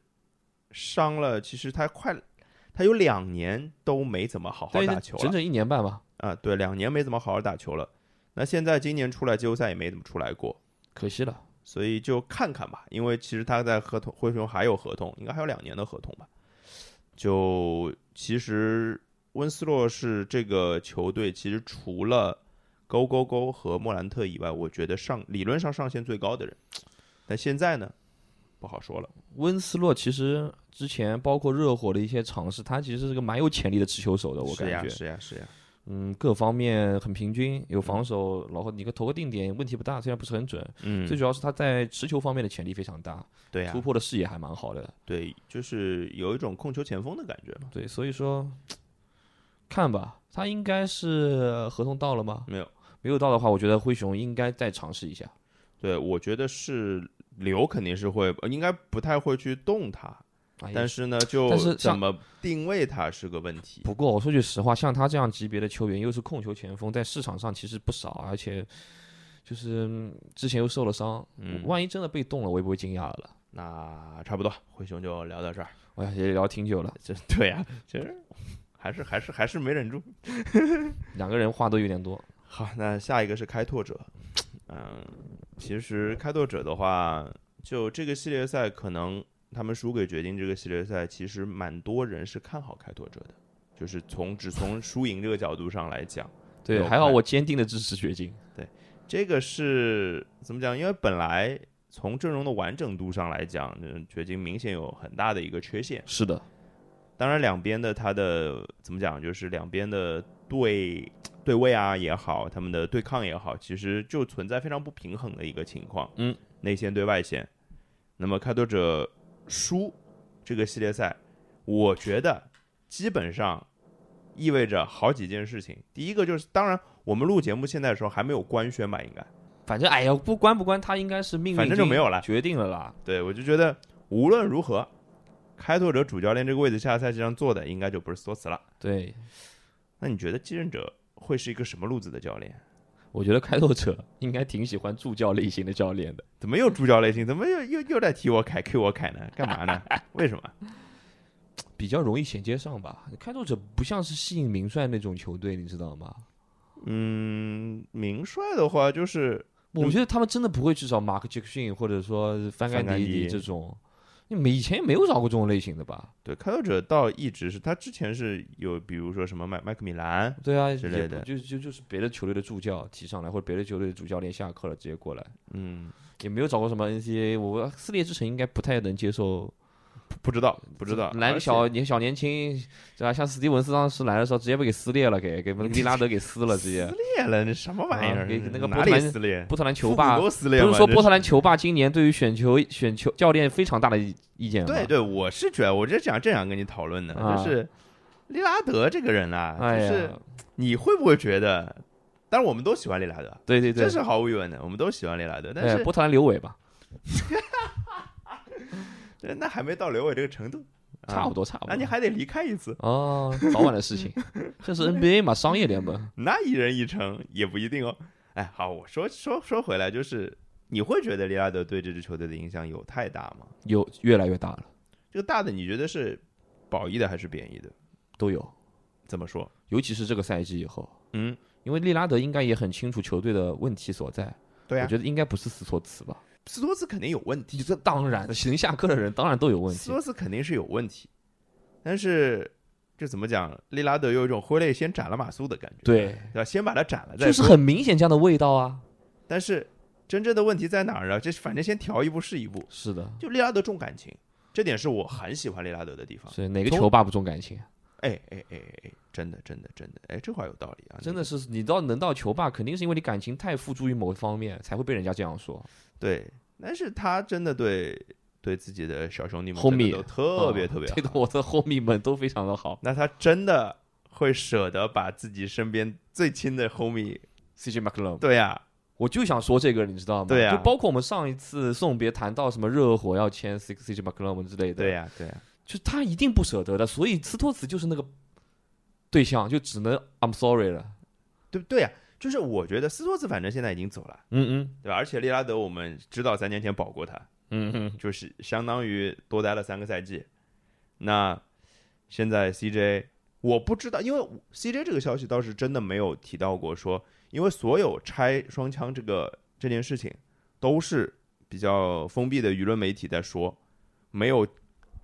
Speaker 1: 伤了，其实他快，他有两年都没怎么好好
Speaker 2: 对，
Speaker 1: 打球
Speaker 2: 整
Speaker 1: 了
Speaker 2: 整一年半吧，
Speaker 1: 啊，对，两年没怎么好好打球了。那现在今年出来季后赛也没怎么出来过，
Speaker 2: 可惜了。
Speaker 1: 所以就看看吧，因为其实他在合同灰熊还有合同，应该还有两年的合同吧。就其实温斯洛是这个球队，其实除了勾勾勾和莫兰特以外，我觉得上理论上上限最高的人，但现在呢，不好说了。
Speaker 2: 温斯洛其实之前包括热火的一些尝试，他其实是个蛮有潜力的持球手的，我
Speaker 1: 是呀
Speaker 2: 感觉，
Speaker 1: 是呀是呀，
Speaker 2: 嗯，各方面很平均，有防守，然后你个投个定点问题不大，虽然不是很准，
Speaker 1: 嗯
Speaker 2: 最主要是他在持球方面的潜力非常大，
Speaker 1: 对呀、
Speaker 2: 突破的视野还蛮好的，
Speaker 1: 对，就是有一种控球前锋的感觉嘛。
Speaker 2: 对，所以说，看吧，他应该是合同到了吗？
Speaker 1: 没有，
Speaker 2: 没有到的话，我觉得灰熊应该再尝试一下，
Speaker 1: 对，我觉得是留肯定是会，呃应该不太会去动他，
Speaker 2: 哎呀
Speaker 1: 但是呢，就
Speaker 2: 但是
Speaker 1: 怎
Speaker 2: 像
Speaker 1: 么定位他是个问题。
Speaker 2: 不过我说句实话，像他这样级别的球员，又是控球前锋，在市场上其实不少，而且就是嗯之前又受了伤，
Speaker 1: 嗯
Speaker 2: 万一真的被动了，我也不会惊讶了。
Speaker 1: 那差不多，灰熊就聊到这儿。
Speaker 2: 哎呀，也聊挺久了，
Speaker 1: 这对呀、其实还是还是还是没忍住。
Speaker 2: 两个人话都有点多。
Speaker 1: 好，那下一个是开拓者。嗯，其实开拓者的话，就这个系列赛，可能他们输给掘金这个系列赛，其实蛮多人是看好开拓者的，就是从只从输赢这个角度上来讲。
Speaker 2: 对，
Speaker 1: 有
Speaker 2: 还好
Speaker 1: 快
Speaker 2: 我坚定的支持掘金。
Speaker 1: 这个是怎么讲？因为本来从阵容的完整度上来讲，嗯掘金明显有很大的一个缺陷。
Speaker 2: 是的，
Speaker 1: 当然，两边的他的怎么讲，就是两边的对对位啊也好，他们的对抗也好，其实就存在非常不平衡的一个情况。
Speaker 2: 嗯，
Speaker 1: 内线对外线。那么开拓者输这个系列赛，我觉得基本上意味着好几件事情。第一个就是，当然我们录节目现在的时候还没有官宣吧，应该
Speaker 2: 反正哎呀，不关不关，他应该是命运，
Speaker 1: 反正就没有了
Speaker 2: 决定了啦。
Speaker 1: 对我就觉得无论如何，开拓者主教练这个位置下赛季上坐的应该就不是索茨了。
Speaker 2: 对，
Speaker 1: 那你觉得继任者会是一个什么路子的教练？
Speaker 2: 我觉得开拓者应该挺喜欢助教类型的教练的。
Speaker 1: 怎么又助教类型？怎么又又又在提我凯 Q 我凯呢？干嘛呢？为 什么？
Speaker 2: 嗯比较容易衔接上吧。开拓者不像是吸引名帅那种球队，你知道吗？
Speaker 1: 嗯，明帅的话就是
Speaker 2: 我觉得他们真的不会去找马克杰克逊或者说范
Speaker 1: 范
Speaker 2: 甘
Speaker 1: 甘
Speaker 2: 迪
Speaker 1: 迪
Speaker 2: 这种，你们以前也没有找过这种类型的吧？
Speaker 1: 对开拓者倒一直是他之前是有，比如说什么麦麦克米兰，
Speaker 2: 对啊，
Speaker 1: 之类
Speaker 2: 也
Speaker 1: 的
Speaker 2: 不就就就是别的球队的助教提上来，或者别的球队的主教练下课了直接过来，
Speaker 1: 嗯，
Speaker 2: 也没有找过什么 NCAA。我撕裂之城应该不太能接受，
Speaker 1: 不不知道不知道，
Speaker 2: 来个
Speaker 1: 而且
Speaker 2: 小年小年轻，对吧？像史蒂文斯当时来的时候，直接被给撕裂了，给给利拉德给撕了，直接。
Speaker 1: 裂了，那什么玩意
Speaker 2: 啊
Speaker 1: 儿？
Speaker 2: 给那个
Speaker 1: 哪
Speaker 2: 波
Speaker 1: 里
Speaker 2: 特兰
Speaker 1: 撕裂？
Speaker 2: 波特兰球
Speaker 1: 复古
Speaker 2: 霸
Speaker 1: 都撕裂
Speaker 2: 不
Speaker 1: 吗
Speaker 2: 是说
Speaker 1: 这
Speaker 2: 波特兰球霸今年对于选球选球教练非常大的意意见吗？
Speaker 1: 对对，我是觉得我这想正想跟你讨论呢，
Speaker 2: 啊
Speaker 1: 就是利拉德这个人啊，
Speaker 2: 哎
Speaker 1: 就
Speaker 2: 呀，
Speaker 1: 是你会不会觉得？当然，我们都喜欢利拉德，
Speaker 2: 对对对
Speaker 1: 这，是毫无疑问的，我们都喜欢利拉德，但
Speaker 2: 哎，
Speaker 1: 是
Speaker 2: 波特兰刘伟吧，
Speaker 1: 对，那还没到刘伟这个程度，啊
Speaker 2: 差不多差不多。
Speaker 1: 那你还得离开一次，
Speaker 2: 哦，早晚的 事情，这是 NBA 嘛，商业联盟。
Speaker 1: 那一人一城也不一定哦。哎，好，我说说说回来，就是你会觉得利拉德对这支球队的影响有太大吗？
Speaker 2: 有越来越大了，
Speaker 1: 这个大的你觉得是褒义的还是贬义的？
Speaker 2: 都有，
Speaker 1: 怎么说？
Speaker 2: 尤其是这个赛季以后，
Speaker 1: 嗯，
Speaker 2: 因为利拉德应该也很清楚球队的问题所在，
Speaker 1: 对
Speaker 2: 我
Speaker 1: 啊，
Speaker 2: 觉得应该不是斯托茨吧？
Speaker 1: 斯托茨肯定有问题，
Speaker 2: 这当然，能下课的人当然都有问
Speaker 1: 斯
Speaker 2: 题
Speaker 1: 托。茨肯定是有啊问题，但是这怎么讲？利拉德有一种挥泪先斩了马谡的感觉，
Speaker 2: 对，
Speaker 1: 对吧？先把他斩了再
Speaker 2: 就是
Speaker 1: 说。
Speaker 2: 很明显这样的味道啊。
Speaker 1: 但是真正的问题在哪儿呢？啊这反正先调一步是一步，
Speaker 2: 是的，
Speaker 1: 就利拉德重感情，这点是我很喜欢利拉德的地方。
Speaker 2: 是哪个
Speaker 1: 从
Speaker 2: 球霸不重感情？啊
Speaker 1: 哎哎哎哎哎，真的真的真的，哎，这话有道理啊，
Speaker 2: 真的是你到能到球霸，肯定是因为你感情太付诸于某一方面，才会被人家这样说。
Speaker 1: 对。但是他真的对对自己的小兄弟们
Speaker 2: Homie
Speaker 1: 真的都特别
Speaker 2: 啊
Speaker 1: 特别
Speaker 2: 对的，
Speaker 1: 好，
Speaker 2: 我的 homie 们都非常的好。
Speaker 1: 那他真的会舍得把自己身边最亲的 homie，
Speaker 2: CJ McCollum，
Speaker 1: 对呀、
Speaker 2: 我就想说这个，你知道吗？
Speaker 1: 对啊
Speaker 2: 就包括我们上一次送别谈到什么热火要签 C CJ McCollum 之类的，
Speaker 1: 对、呀、对呀、
Speaker 2: 就他一定不舍得的，所以斯托茨就是那个对象，就只能 I'm sorry 了。
Speaker 1: 对不对呀、就是我觉得斯托茨反正现在已经走了，
Speaker 2: 嗯
Speaker 1: 对吧？而且利拉德我们知道三年前保过他，
Speaker 2: 嗯嗯嗯，
Speaker 1: 就是相当于多待了三个赛季。那现在 CJ 我不知道，因为 CJ 这个消息倒是真的没有提到过说，因为所有拆双枪这个这件事情都是比较封闭的舆论媒体在说，没有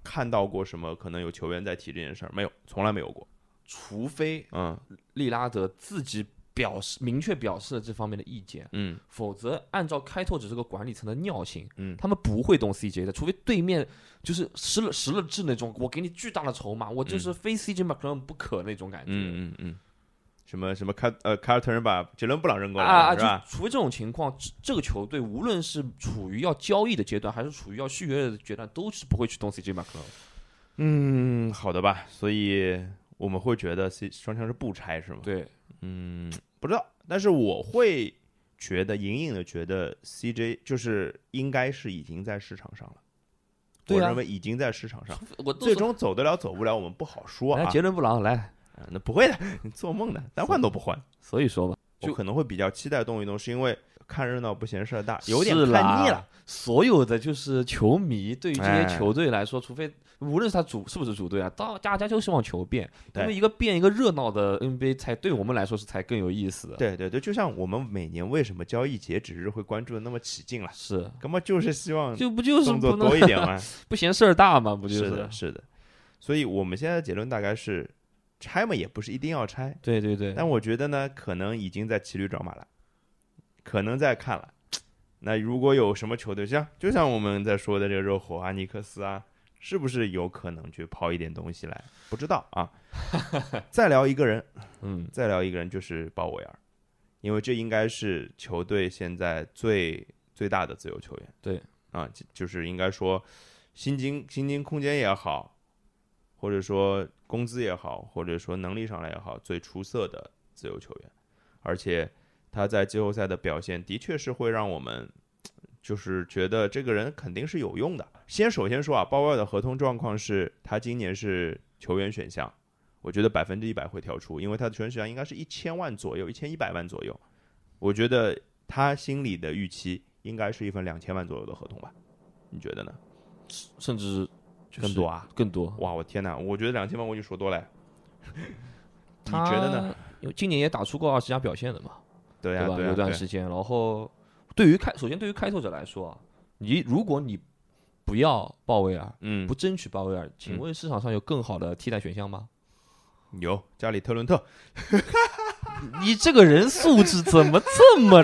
Speaker 1: 看到过什么可能有球员在提这件事儿，没有，从来没有过。
Speaker 2: 除非
Speaker 1: 嗯
Speaker 2: 利拉德自己表示明确表示了这方面的意见，
Speaker 1: 嗯，
Speaker 2: 否则按照开拓者这个管理层的尿性，
Speaker 1: 嗯
Speaker 2: 他们不会动 CJ 的，除非对面就是失了失了智那种，我给你巨大的筹码，我就是非 CJ McCollum 不可那种感觉。
Speaker 1: 嗯嗯嗯，什么什么卡呃卡尔特人把杰伦布朗扔过来了、
Speaker 2: 啊啊！
Speaker 1: 是
Speaker 2: 就
Speaker 1: 吧？
Speaker 2: 除非这种情况，这这个球队无论是处于要交易的阶段，还是处于要续约的阶段，都是不会去动 CJ 马克龙。
Speaker 1: 嗯，好的吧，所以我们会觉得 C 双枪是不拆是吗？
Speaker 2: 对，
Speaker 1: 嗯，不知道，但是我会觉得隐隐的觉得 CJ 就是应该是已经在市场上了，
Speaker 2: 对
Speaker 1: 我
Speaker 2: 啊
Speaker 1: 认为已经在市场上，
Speaker 2: 我都
Speaker 1: 最终走得了走不了我们不好说
Speaker 2: 来
Speaker 1: 啊，
Speaker 2: 杰伦布朗来，
Speaker 1: 嗯那不会的，你做梦的，咱换都不换，
Speaker 2: 所以说吧，
Speaker 1: 我
Speaker 2: 就
Speaker 1: 可能会比较期待动一动，是因为看热闹不嫌事儿大，有点
Speaker 2: 是
Speaker 1: 看腻
Speaker 2: 啦
Speaker 1: 了，。
Speaker 2: 所有的就是球迷对于这些
Speaker 1: 哎
Speaker 2: 球队来说，除非无论是他主是不是主队啊，大大家就希望球变，因
Speaker 1: 对
Speaker 2: 为一个变一个热闹的 NBA 才对我们来说是才更有意思的。，
Speaker 1: 对对对，就像我们每年为什么交易截止日会关注的那么起劲了，
Speaker 2: 是，
Speaker 1: 那么就是希望
Speaker 2: 就不就是
Speaker 1: 动
Speaker 2: 不
Speaker 1: 作
Speaker 2: 能
Speaker 1: 多一点嘛。
Speaker 2: 不嫌事儿大嘛，不就是
Speaker 1: 的，是的。所以我们现在的结论大概是，拆嘛也不是一定要拆，
Speaker 2: 对对对，
Speaker 1: 但我觉得呢，可能已经在骑驴找马了，可能在看了。那如果有什么球队，像就像我们在说的这个热火啊、尼克斯啊、是不是有可能去抛一点东西来？不知道 啊。再聊一个人，
Speaker 2: 嗯，
Speaker 1: 再聊一个人就是鲍威尔，因为这应该是球队现在最最大的自由球员。
Speaker 2: 对
Speaker 1: 啊，就就是应该说薪金薪金空间也好，或者说工资也好，或者说能力上来也好，最出色的自由球员，而且他在季后赛的表现的确是会让我们。就是觉得这个人肯定是有用的。先首先说啊，鲍威尔的合同状况是他今年是球员选项，我觉得百分之一百会跳出，因为他的球员选项应该是一千万左右，一千一百万左右。我觉得他心里的预期应该是一份两千万左右的合同吧？你觉得呢？
Speaker 2: 甚至就是
Speaker 1: 更多啊！
Speaker 2: 更多。
Speaker 1: 哇，我天哪！我觉得两千万我就说多了。你
Speaker 2: 他
Speaker 1: 觉得呢？？
Speaker 2: 因为今年也打出过二十加表现的嘛，
Speaker 1: 对呀、
Speaker 2: 对吧？
Speaker 1: 对呀、啊对
Speaker 2: 有段时间，然后对于开，首先对于开拓者来说啊，你如果你不要鲍威尔，
Speaker 1: 嗯
Speaker 2: 不，争取鲍威尔，请问市场上有更好的替代选项吗？
Speaker 1: 有加里特伦特，
Speaker 2: 你这个人素质怎么这么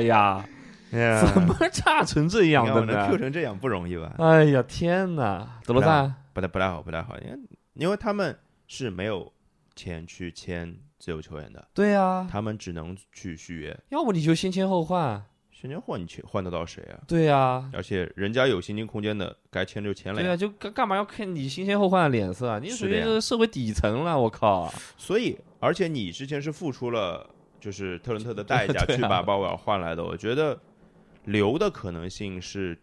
Speaker 2: 呀？怎么差成这样的
Speaker 1: 你看我能 Q
Speaker 2: 呢？
Speaker 1: 成这样不容易吧？
Speaker 2: 哎呀，天哪！德罗赞，
Speaker 1: 不太不太好，不太好，因为因为他们是没有钱去签自由球员的，
Speaker 2: 对啊，
Speaker 1: 他们只能去续约。
Speaker 2: 要不你就先签后换，
Speaker 1: 选年换你去换得到谁啊？
Speaker 2: 对啊，
Speaker 1: 而且人家有薪金空间的，该签就签了
Speaker 2: 对
Speaker 1: 呀。
Speaker 2: 啊，就干干嘛要看你先签后换的脸色啊？你属
Speaker 1: 是的
Speaker 2: 于
Speaker 1: 呀
Speaker 2: 这个社会底层了，我靠！
Speaker 1: 所以，而且你之前是付出了就是特伦特的代价
Speaker 2: 对啊
Speaker 1: 去把鲍威尔换来的，我觉得留的可能性是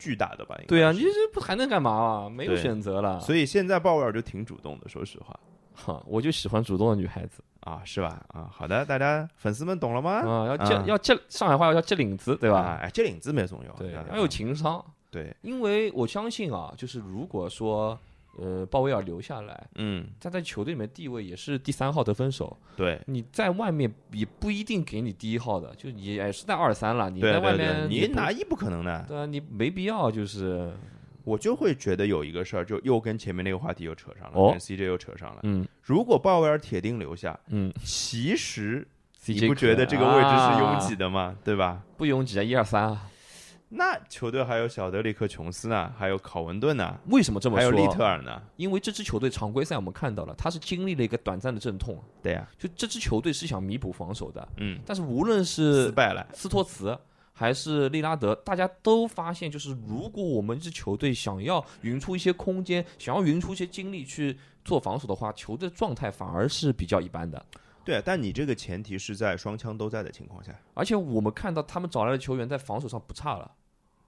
Speaker 1: 巨大的吧？应该
Speaker 2: 对啊，
Speaker 1: 是
Speaker 2: 你这不还能干嘛啊？没有
Speaker 1: 对
Speaker 2: 选择了。
Speaker 1: 所以现在鲍威尔就挺主动的，说实话
Speaker 2: 哼，我就喜欢主动的女孩子
Speaker 1: 啊，是吧？啊，好的，大家粉丝们懂了吗？
Speaker 2: 啊，要这
Speaker 1: 啊
Speaker 2: 要这上海话要这领子，对
Speaker 1: 对
Speaker 2: 吧？
Speaker 1: 哎，这领子没重要，
Speaker 2: 对，哎
Speaker 1: 啊
Speaker 2: 要有情商，
Speaker 1: 对，
Speaker 2: 因为我相信啊，就是如果说呃鲍威尔留下来，
Speaker 1: 嗯，
Speaker 2: 他在球队里面地位也是第三号得分手，
Speaker 1: 对。
Speaker 2: 你在外面也不一定给你第一号的，就你也是在二三了，你
Speaker 1: 对
Speaker 2: 在
Speaker 1: 对
Speaker 2: 外
Speaker 1: 对
Speaker 2: 面
Speaker 1: 你
Speaker 2: 不
Speaker 1: 拿一不可能的，
Speaker 2: 对啊，你没必要就是
Speaker 1: 我就会觉得有一个事儿，就又跟前面那个话题又扯上了，
Speaker 2: 哦
Speaker 1: 跟 CJ 又扯上了。
Speaker 2: 嗯
Speaker 1: 如果鲍威尔铁定留下，
Speaker 2: 嗯，
Speaker 1: 其实
Speaker 2: CJ
Speaker 1: 你不觉得
Speaker 2: 可
Speaker 1: 这个位置是拥
Speaker 2: 啊
Speaker 1: 挤的吗？对吧？
Speaker 2: 不拥挤啊，一二三啊。
Speaker 1: 那球队还有小德里克·琼斯呢，还有考文顿呢，
Speaker 2: 为什么这么
Speaker 1: 还有
Speaker 2: 说？
Speaker 1: 利特尔呢。
Speaker 2: 因为这支球队常规赛我们看到了，他是经历了一个短暂的阵痛，
Speaker 1: 对呀、
Speaker 2: 就这支球队是想弥补防守的，
Speaker 1: 嗯，
Speaker 2: 但是无论
Speaker 1: 失
Speaker 2: 是
Speaker 1: 败了，
Speaker 2: 斯托茨还是利拉德，大家都发现，就是如果我们这支球队想要匀出一些空间，想要匀出一些精力去做防守的话，球队状态反而是比较一般的。
Speaker 1: 对、啊。但你这个前提是在双枪都在的情况下，
Speaker 2: 而且我们看到他们找来的球员在防守上不差了，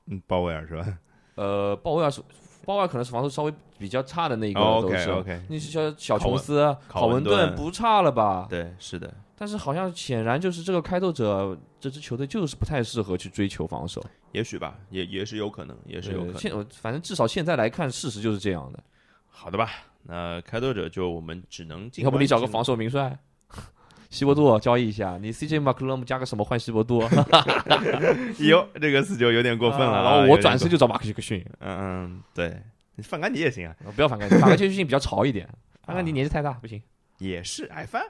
Speaker 1: 嗯，鲍威尔是吧？
Speaker 2: 呃，鲍威尔是鲍威尔可能是防守稍微比较差的那一个
Speaker 1: 哦
Speaker 2: 都
Speaker 1: ，OK
Speaker 2: 是。
Speaker 1: OK，
Speaker 2: 那是小小
Speaker 1: 考
Speaker 2: 琼
Speaker 1: 文
Speaker 2: 斯、啊
Speaker 1: 考
Speaker 2: 考
Speaker 1: 文
Speaker 2: 文
Speaker 1: 顿
Speaker 2: 顿不差了吧？
Speaker 1: 对，是的。
Speaker 2: 但是好像显然就是这个开拓者这支球队就是不太适合去追求防守，
Speaker 1: 也许吧，也也是有可能，也是有可
Speaker 2: 呃
Speaker 1: 能。
Speaker 2: 现我反正至少现在来看，事实就是这样的。
Speaker 1: 好的吧，那开拓者就我们只能尽
Speaker 2: 要不
Speaker 1: 管
Speaker 2: 你找个
Speaker 1: 尽
Speaker 2: 防守名帅，希伯杜交易一下，你 CJ 马克勒姆加个什么换希伯杜，过
Speaker 1: 哟，这个四九有点过分了啊。
Speaker 2: 然后
Speaker 1: 有
Speaker 2: 哦我
Speaker 1: 点
Speaker 2: 转
Speaker 1: 过
Speaker 2: 身就找马克杰克逊，呃
Speaker 1: 嗯嗯，对，你范甘迪也行啊，
Speaker 2: 不要反感，马克杰克逊比较潮一点，反感你年纪太大不行。
Speaker 1: 也是。哎，范，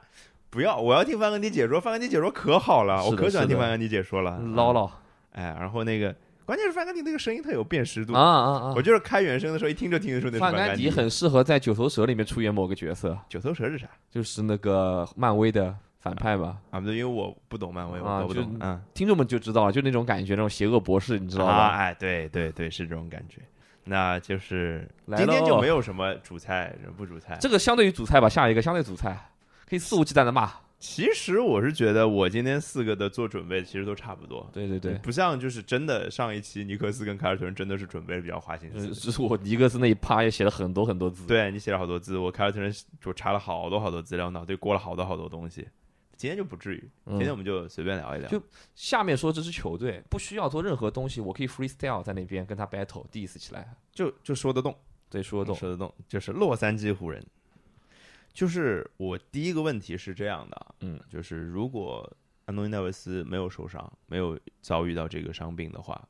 Speaker 1: 不要，我要听范甘迪解说，范甘迪解说可好了，
Speaker 2: 是
Speaker 1: 我
Speaker 2: 的嗯
Speaker 1: 可喜欢
Speaker 2: 是
Speaker 1: 听
Speaker 2: 的
Speaker 1: 范甘迪解说了。
Speaker 2: 唠
Speaker 1: 了，
Speaker 2: 唠
Speaker 1: 哎，然后那个，关键是范甘迪那个声音特有辨识度，
Speaker 2: 啊啊啊
Speaker 1: 我！就是开原声的时候一听就听得出那是
Speaker 2: 范
Speaker 1: 甘
Speaker 2: 甘迪很适合在九头蛇里面出演某个角色，
Speaker 1: 九头蛇是啥？
Speaker 2: 就是那个漫威的反派嘛。
Speaker 1: 啊，不对，因为我不懂漫威，我
Speaker 2: 啊
Speaker 1: 搞不
Speaker 2: 就
Speaker 1: 懂。嗯，
Speaker 2: 听众们就知道了，就那种感觉，那种邪恶博士，你知道
Speaker 1: 啊，
Speaker 2: 吧？
Speaker 1: 哎，对对对，是这种感觉。那就是
Speaker 2: 来
Speaker 1: 今天
Speaker 2: 喽
Speaker 1: 就没有什么主菜，不主菜。
Speaker 2: 这个相对于主菜吧，下一个相对主菜可以肆无忌惮的骂。
Speaker 1: 其实我是觉得，我今天四个的做准备其实都差不多。
Speaker 2: 对对对，
Speaker 1: 不像就是真的上一期尼克斯跟凯尔特人真的是准备的比较花心
Speaker 2: 呃，
Speaker 1: 思。
Speaker 2: 就是我尼克斯那一趴也写了很多很多字。
Speaker 1: 对你写了好多字，我凯尔特人就查了好多好多资料，脑袋过了好多好多东西。今天就不至于，今
Speaker 2: 嗯，
Speaker 1: 天我们就随便聊一聊。
Speaker 2: 就下面说这支球队不需要做任何东西，我可以 freestyle 在那边跟他 battle diss 起来。
Speaker 1: 就就说得动，
Speaker 2: 对，说得懂。
Speaker 1: 说得动，就是洛杉矶湖人。就是我第一个问题是这样的啊，
Speaker 2: 嗯，
Speaker 1: 就是如果安东尼戴维斯没有受伤，没有遭遇到这个伤病的话，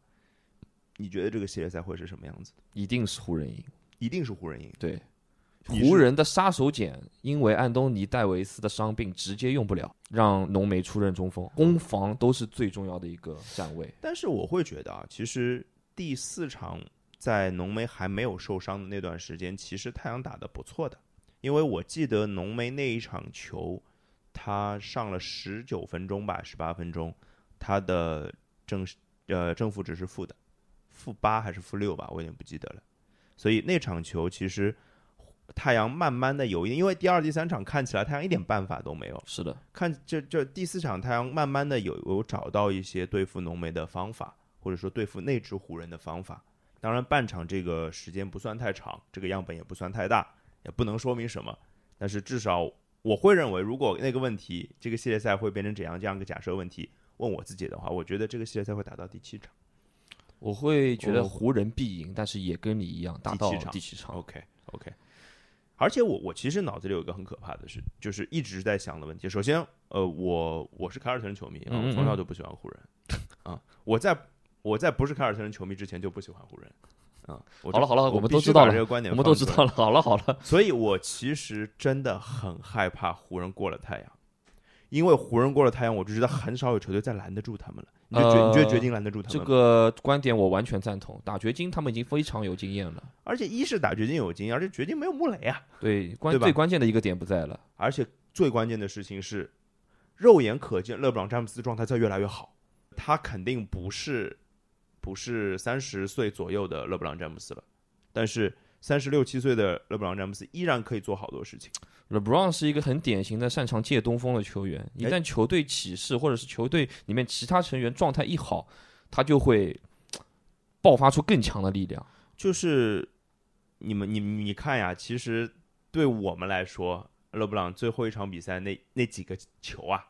Speaker 1: 你觉得这个系列赛会是什么样子的？
Speaker 2: 一定是湖人赢。
Speaker 1: 一定是湖人赢。
Speaker 2: 对，
Speaker 1: 你是
Speaker 2: 湖人的杀手锏，因为安东尼戴维斯的伤病直接用不了，让浓眉出任中锋，攻防都是最重要的一个站位。
Speaker 1: 但是我会觉得啊，其实第四场在浓眉还没有受伤的那段时间，其实太阳打得不错的，因为我记得浓眉那一场球，他上了十九分钟吧，十八分钟，他的正呃正负值是负的，负八还是负六吧，我有点不记得了。所以那场球其实太阳慢慢的有一点，因为第二、第三场看起来太阳一点办法都没有，
Speaker 2: 是的，
Speaker 1: 看这这第四场太阳慢慢的有有找到一些对付浓眉的方法，或者说对付那支湖人的方法。当然，半场这个时间不算太长，这个样本也不算太大，也不能说明什么。但是至少我会认为，如果那个问题这个系列赛会变成怎样这样一个假设问题问我自己的话，我觉得这个系列赛会打到第七场。
Speaker 2: 我会觉得
Speaker 1: 哦
Speaker 2: 湖人必赢，但是也跟你一样打
Speaker 1: 第
Speaker 2: 到
Speaker 1: 七场哦
Speaker 2: 第七场。
Speaker 1: OK OK，而且我我其实脑子里有一个很可怕的事，就是一直在想的问题。首先，呃，我我是凯尔特人球迷啊，
Speaker 2: 嗯嗯
Speaker 1: 我从小就不喜欢湖人啊。我在我在不是凯尔特人球迷之前就不喜欢湖人啊。我
Speaker 2: 好了好了
Speaker 1: 我
Speaker 2: 我们
Speaker 1: 必
Speaker 2: 都
Speaker 1: 须
Speaker 2: 知道
Speaker 1: 把
Speaker 2: 了
Speaker 1: 这个观点
Speaker 2: 我们都
Speaker 1: 放
Speaker 2: 知
Speaker 1: 出来
Speaker 2: 道了，好了好了，
Speaker 1: 所以我其实真的很害怕湖人过了太阳，因为湖人过了太阳，我就觉得很少有球队再拦得住他们了。你就决、
Speaker 2: 呃
Speaker 1: 你觉得决定拦得住他们
Speaker 2: 这
Speaker 1: 吗？
Speaker 2: 个观点我完全赞同。打掘金他们已经非常有经验了，
Speaker 1: 而且一是打掘金有经验，而且掘金没有穆雷啊。
Speaker 2: 对关
Speaker 1: 对吧
Speaker 2: 最关键的一个点不在了，
Speaker 1: 而且最关键的事情是，肉眼可见，勒布朗詹姆斯状态在越来越好，他肯定不是不是三十岁左右的勒布朗詹姆斯了，但是三十六七岁的勒布朗詹姆斯依然可以做好多事情。
Speaker 2: LeBron 是一个很典型的擅长借东风的球员，一
Speaker 1: 哎
Speaker 2: 旦球队起势或者是球队里面其他成员状态一好，他就会嘖爆发出更强的力量。
Speaker 1: 就是你们你你看呀，其实对我们来说，勒布朗最后一场比赛那那几个球啊，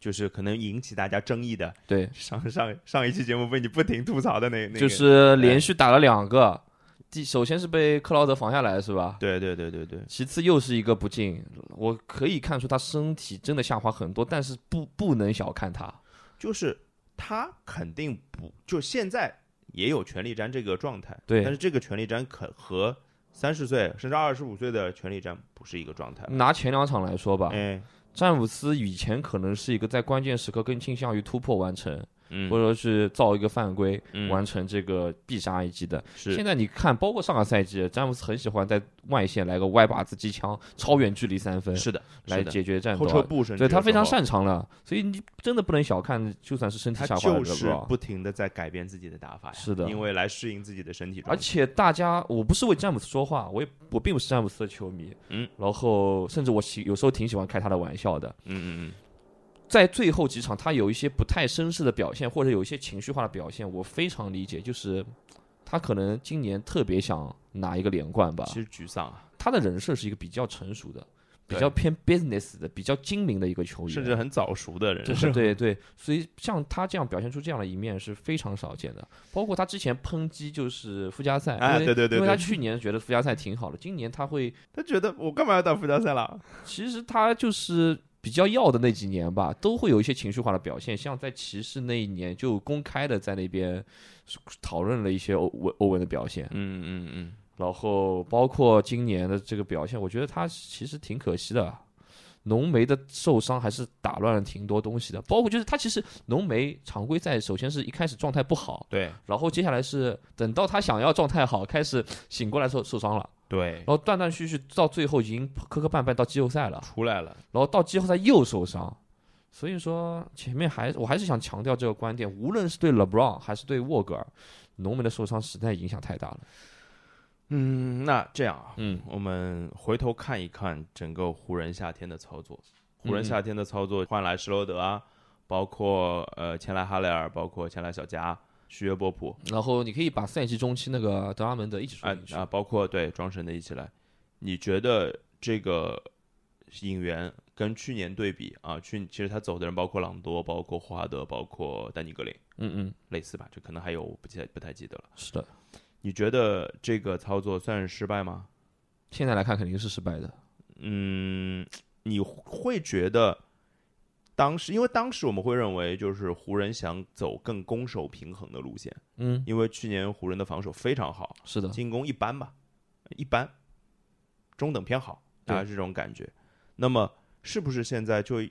Speaker 1: 就是可能引起大家争议的，
Speaker 2: 对，
Speaker 1: 上上上一期节目被你不停吐槽的那那个，
Speaker 2: 就是连续打了两个，第首先是被克劳德防下来是吧？
Speaker 1: 对对对对对，
Speaker 2: 其次又是一个不进，我可以看出他身体真的下滑很多，但是不不能小看他。
Speaker 1: 就是他肯定不就现在也有权力战这个状态，
Speaker 2: 对
Speaker 1: 但是这个权力战可和三十岁甚至二十五岁的权力战不是一个状态。
Speaker 2: 拿前两场来说吧，
Speaker 1: 哎，
Speaker 2: 詹姆斯以前可能是一个在关键时刻更倾向于突破完成，
Speaker 1: 嗯
Speaker 2: 或者说是造一个犯规、
Speaker 1: 嗯
Speaker 2: 完成这个必杀一击的。现
Speaker 1: 是
Speaker 2: 在你看，包括上个赛季，詹姆斯很喜欢在外线来个歪把子机枪、超远距离三分
Speaker 1: 是的，
Speaker 2: 来
Speaker 1: 是的
Speaker 2: 解决战斗
Speaker 1: 后
Speaker 2: 啊。
Speaker 1: 撤步甚至
Speaker 2: 对
Speaker 1: 有时
Speaker 2: 他
Speaker 1: 候
Speaker 2: 非常，擅长了，所以你真的不能小看，就算是身体
Speaker 1: 他
Speaker 2: 下滑
Speaker 1: 就
Speaker 2: 的啊
Speaker 1: 是
Speaker 2: LeBron
Speaker 1: 不停的在改变自己的打法呀，
Speaker 2: 是的
Speaker 1: 因为来适应自己的身体状
Speaker 2: 而
Speaker 1: 态。
Speaker 2: 且大家，我不是为詹姆斯说话，我也我并不是詹姆斯的球迷，
Speaker 1: 嗯，
Speaker 2: 然后甚至我喜有时候挺喜欢开他的玩笑的。
Speaker 1: 嗯嗯嗯，
Speaker 2: 在最后几场，他有一些不太绅士的表现，或者有一些情绪化的表现，我非常理解，就是他可能今年特别想拿一个连冠吧。
Speaker 1: 其实沮丧啊，
Speaker 2: 他的人设是一个比较成熟的、比
Speaker 1: 对
Speaker 2: 较偏 business 的、比较精明的一个球员，
Speaker 1: 甚至很早熟的人
Speaker 2: 对
Speaker 1: 是吧
Speaker 2: 对对，所以像他这样表现出这样的一面是非常少见的。包括他之前抨击就是附加赛，
Speaker 1: 哎
Speaker 2: 因为
Speaker 1: 对对对
Speaker 2: 因为
Speaker 1: 对
Speaker 2: 他去年觉得附加赛挺好的，今年他会，
Speaker 1: 他觉得我干嘛要打附加赛了？
Speaker 2: 其实他就是比较要的那几年吧，都会有一些情绪化的表现，像在骑士那一年就公开的在那边讨论了一些欧文欧文的表现，
Speaker 1: 嗯嗯嗯，
Speaker 2: 然后包括今年的这个表现，我觉得他其实挺可惜的。浓眉的受伤还是打乱了挺多东西的，包括就是他其实浓眉常规赛首先是一开始状态不好，
Speaker 1: 对
Speaker 2: 然后接下来是等到他想要状态好开始醒过来的时候受伤了，
Speaker 1: 对
Speaker 2: 然，后断断续续到最后已经磕磕绊绊到季后赛了，
Speaker 1: 出来了，
Speaker 2: 然后到季后赛又受伤，所以说前面还我还是想强调这个观点，无论是对 LeBron 还是对沃格尔，浓眉的受伤实在影响太大了。
Speaker 1: 嗯，那这样啊，
Speaker 2: 嗯，
Speaker 1: 我们回头看一看整个湖人夏天的操作，湖人
Speaker 2: 嗯
Speaker 1: 夏天的操作换来施罗德啊，包括呃前来哈雷尔，包括前来小加，续约波普
Speaker 2: 然后你可以把赛季中期那个德拉蒙德一起
Speaker 1: 啊
Speaker 2: 说进去。
Speaker 1: 啊，包括对庄神的一起来，你觉得这个引援跟去年对比啊，去其实他走的人包括朗多，包括霍华德，包括丹尼格林，
Speaker 2: 嗯嗯，
Speaker 1: 类似吧？这可能还有我不记得不太记得了。
Speaker 2: 是的，
Speaker 1: 你觉得这个操作算是失败吗？
Speaker 2: 现在来看肯定是失败的。
Speaker 1: 嗯，你会觉得当时，因为当时我们会认为就是湖人想走更攻守平衡的路线，
Speaker 2: 嗯，
Speaker 1: 因为去年湖人的防守非常好，
Speaker 2: 是的，
Speaker 1: 进攻一般吧，一般，中等偏好，
Speaker 2: 对
Speaker 1: 大概是这种感觉。那么是不是现在就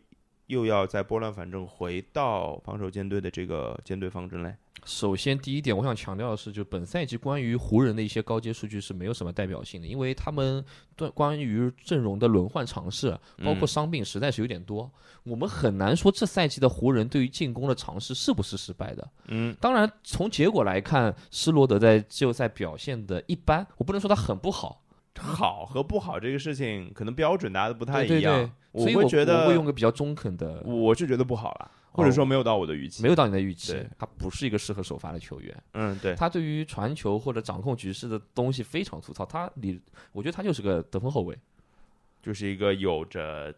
Speaker 1: 又要在拨乱反正回到防守舰队的这个舰队方针内。
Speaker 2: 首先，第一点，我想强调的是，就本赛季关于湖人的一些高阶数据是没有什么代表性的，因为他们对关于阵容的轮换尝试，包
Speaker 1: 嗯
Speaker 2: 括伤病，实在是有点多。我们很难说这赛季的湖人对于进攻的尝试是不是失败的。
Speaker 1: 嗯，
Speaker 2: 当然，从结果来看，施罗德在季后赛表现的一般，我不能说他很不好，
Speaker 1: 嗯好和不好这个事情，可能标准拿的不太
Speaker 2: 对
Speaker 1: 一
Speaker 2: 对
Speaker 1: 样。
Speaker 2: 对，所以
Speaker 1: 我会
Speaker 2: 我
Speaker 1: 觉得
Speaker 2: 我会用个比较中肯的，
Speaker 1: 我是觉得不好了，或者说没有到我的预期。
Speaker 2: 没有到你的预期
Speaker 1: 对，
Speaker 2: 他不是一个适合首发的球员。
Speaker 1: 嗯，对，
Speaker 2: 他对于传球或者掌控局势的东西非常粗糙，他理我觉得他就是个得分后卫，
Speaker 1: 就是一个有着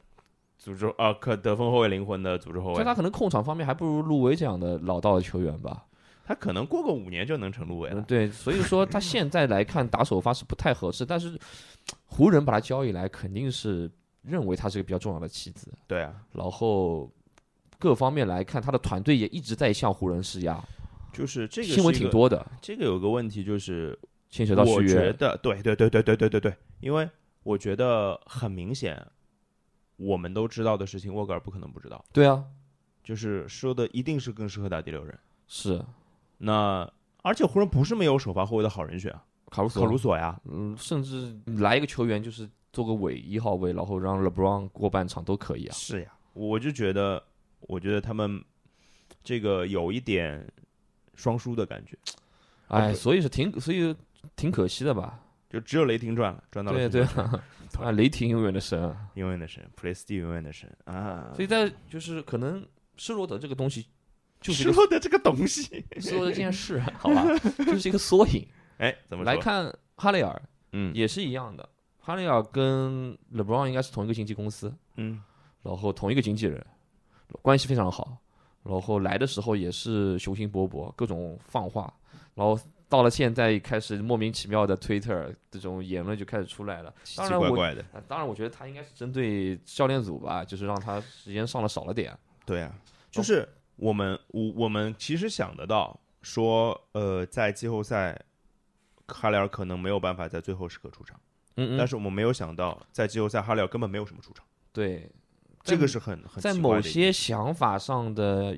Speaker 1: 诅咒啊，可得分后卫灵魂的诅咒后
Speaker 2: 所以
Speaker 1: 卫。
Speaker 2: 他可能控场方面还不如路维这样的老道的球员吧。
Speaker 1: 他可能过个五年就能成入围
Speaker 2: 嗯，
Speaker 1: 了。
Speaker 2: 对，所以说他现在来看打首发是不太合适，但是湖人把他交易来肯定是认为他是个比较重要的棋子，
Speaker 1: 对啊，
Speaker 2: 然后各方面来看，他的团队也一直在向湖人施压，
Speaker 1: 就是这个
Speaker 2: 新闻
Speaker 1: 是一
Speaker 2: 挺
Speaker 1: 个。
Speaker 2: 多的，
Speaker 1: 这个有个问题就是，
Speaker 2: 牵扯到续
Speaker 1: 我觉
Speaker 2: 约，
Speaker 1: 得对对对对对对对对，因为我觉得很明显，我们都知道的事情，沃格尔不可能不知道，
Speaker 2: 对啊，
Speaker 1: 就是说的一定是更适合打第六人。
Speaker 2: 是
Speaker 1: 那而且湖人不是没有首发后卫的好人选啊，
Speaker 2: 卡鲁索，
Speaker 1: 考鲁索呀，
Speaker 2: 嗯，甚至来一个球员就是做个伪一号位，然后让 LeBron 过半场都可以啊。
Speaker 1: 是呀，我就觉得，我觉得他们这个有一点双输的感觉，
Speaker 2: 哎，
Speaker 1: 对
Speaker 2: 所以是挺，所以挺可惜的吧？
Speaker 1: 就只有雷霆赚了，赚到了
Speaker 2: 对
Speaker 1: 神
Speaker 2: 对
Speaker 1: 盾
Speaker 2: 啊， 啊，雷霆永远的神啊。
Speaker 1: 永远的神，Play Steve 永远的神啊，
Speaker 2: 所以在就是可能施罗德这个东西，就是一
Speaker 1: 失
Speaker 2: 个
Speaker 1: 落的这个东西，
Speaker 2: 施罗德这件事，啊好吧，就是一个缩影。
Speaker 1: 哎，怎么说
Speaker 2: 来看哈雷尔
Speaker 1: 嗯
Speaker 2: 也是一样的，哈雷尔跟 LeBron 应该是同一个经纪公司，
Speaker 1: 嗯，
Speaker 2: 然后同一个经纪人，关系非常好。然后来的时候也是雄心勃勃，各种放话，然后到了现在开始莫名其妙的 Twitter 这种言论就开始出来了。
Speaker 1: 奇
Speaker 2: 当
Speaker 1: 奇
Speaker 2: 然
Speaker 1: 怪
Speaker 2: 我
Speaker 1: 怪的，
Speaker 2: 啊当然，我觉得他应该是针对教练组吧，就是让他时间上的少了点。
Speaker 1: 对啊，就是我们我我们其实想得到说，呃，在季后赛，哈雷尔可能没有办法在最后时刻出场，
Speaker 2: 嗯
Speaker 1: 但
Speaker 2: 嗯，
Speaker 1: 是我们没有想到，在季后赛哈雷尔根本没有什么出场，
Speaker 2: 对，
Speaker 1: 这个
Speaker 2: 在
Speaker 1: 是很很
Speaker 2: 在
Speaker 1: 奇怪
Speaker 2: 某
Speaker 1: 的一点
Speaker 2: 些想法上的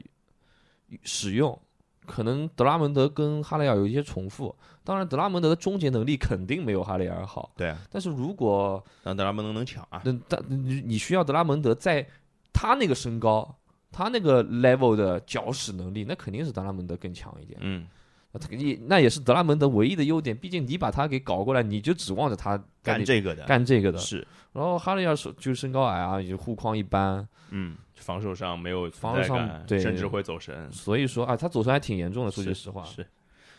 Speaker 2: 使用，可能德拉蒙德跟哈雷尔有一些重复。当然，德拉蒙德的终结能力肯定没有哈雷尔好，
Speaker 1: 对啊，
Speaker 2: 但是如果
Speaker 1: 让德拉蒙德能抢啊，
Speaker 2: 那但嗯你你需要德拉蒙德在他那个身高、他那个 level 的搅屎能力，那肯定是德拉蒙德更强一点。
Speaker 1: 嗯，
Speaker 2: 那他也那也是德拉蒙德唯一的优点，毕竟你把他给搞过来，你就指望着他
Speaker 1: 干
Speaker 2: 你
Speaker 1: 这个的
Speaker 2: 干这个的。
Speaker 1: 是，
Speaker 2: 然后哈利尔是就是身高矮啊，也护框一般，
Speaker 1: 嗯，防守上没有
Speaker 2: 防
Speaker 1: 存
Speaker 2: 守
Speaker 1: 在
Speaker 2: 上
Speaker 1: 感
Speaker 2: 对
Speaker 1: 甚至会走神，
Speaker 2: 所以说啊，他走神还挺严重的。说句
Speaker 1: 是
Speaker 2: 实话，
Speaker 1: 是，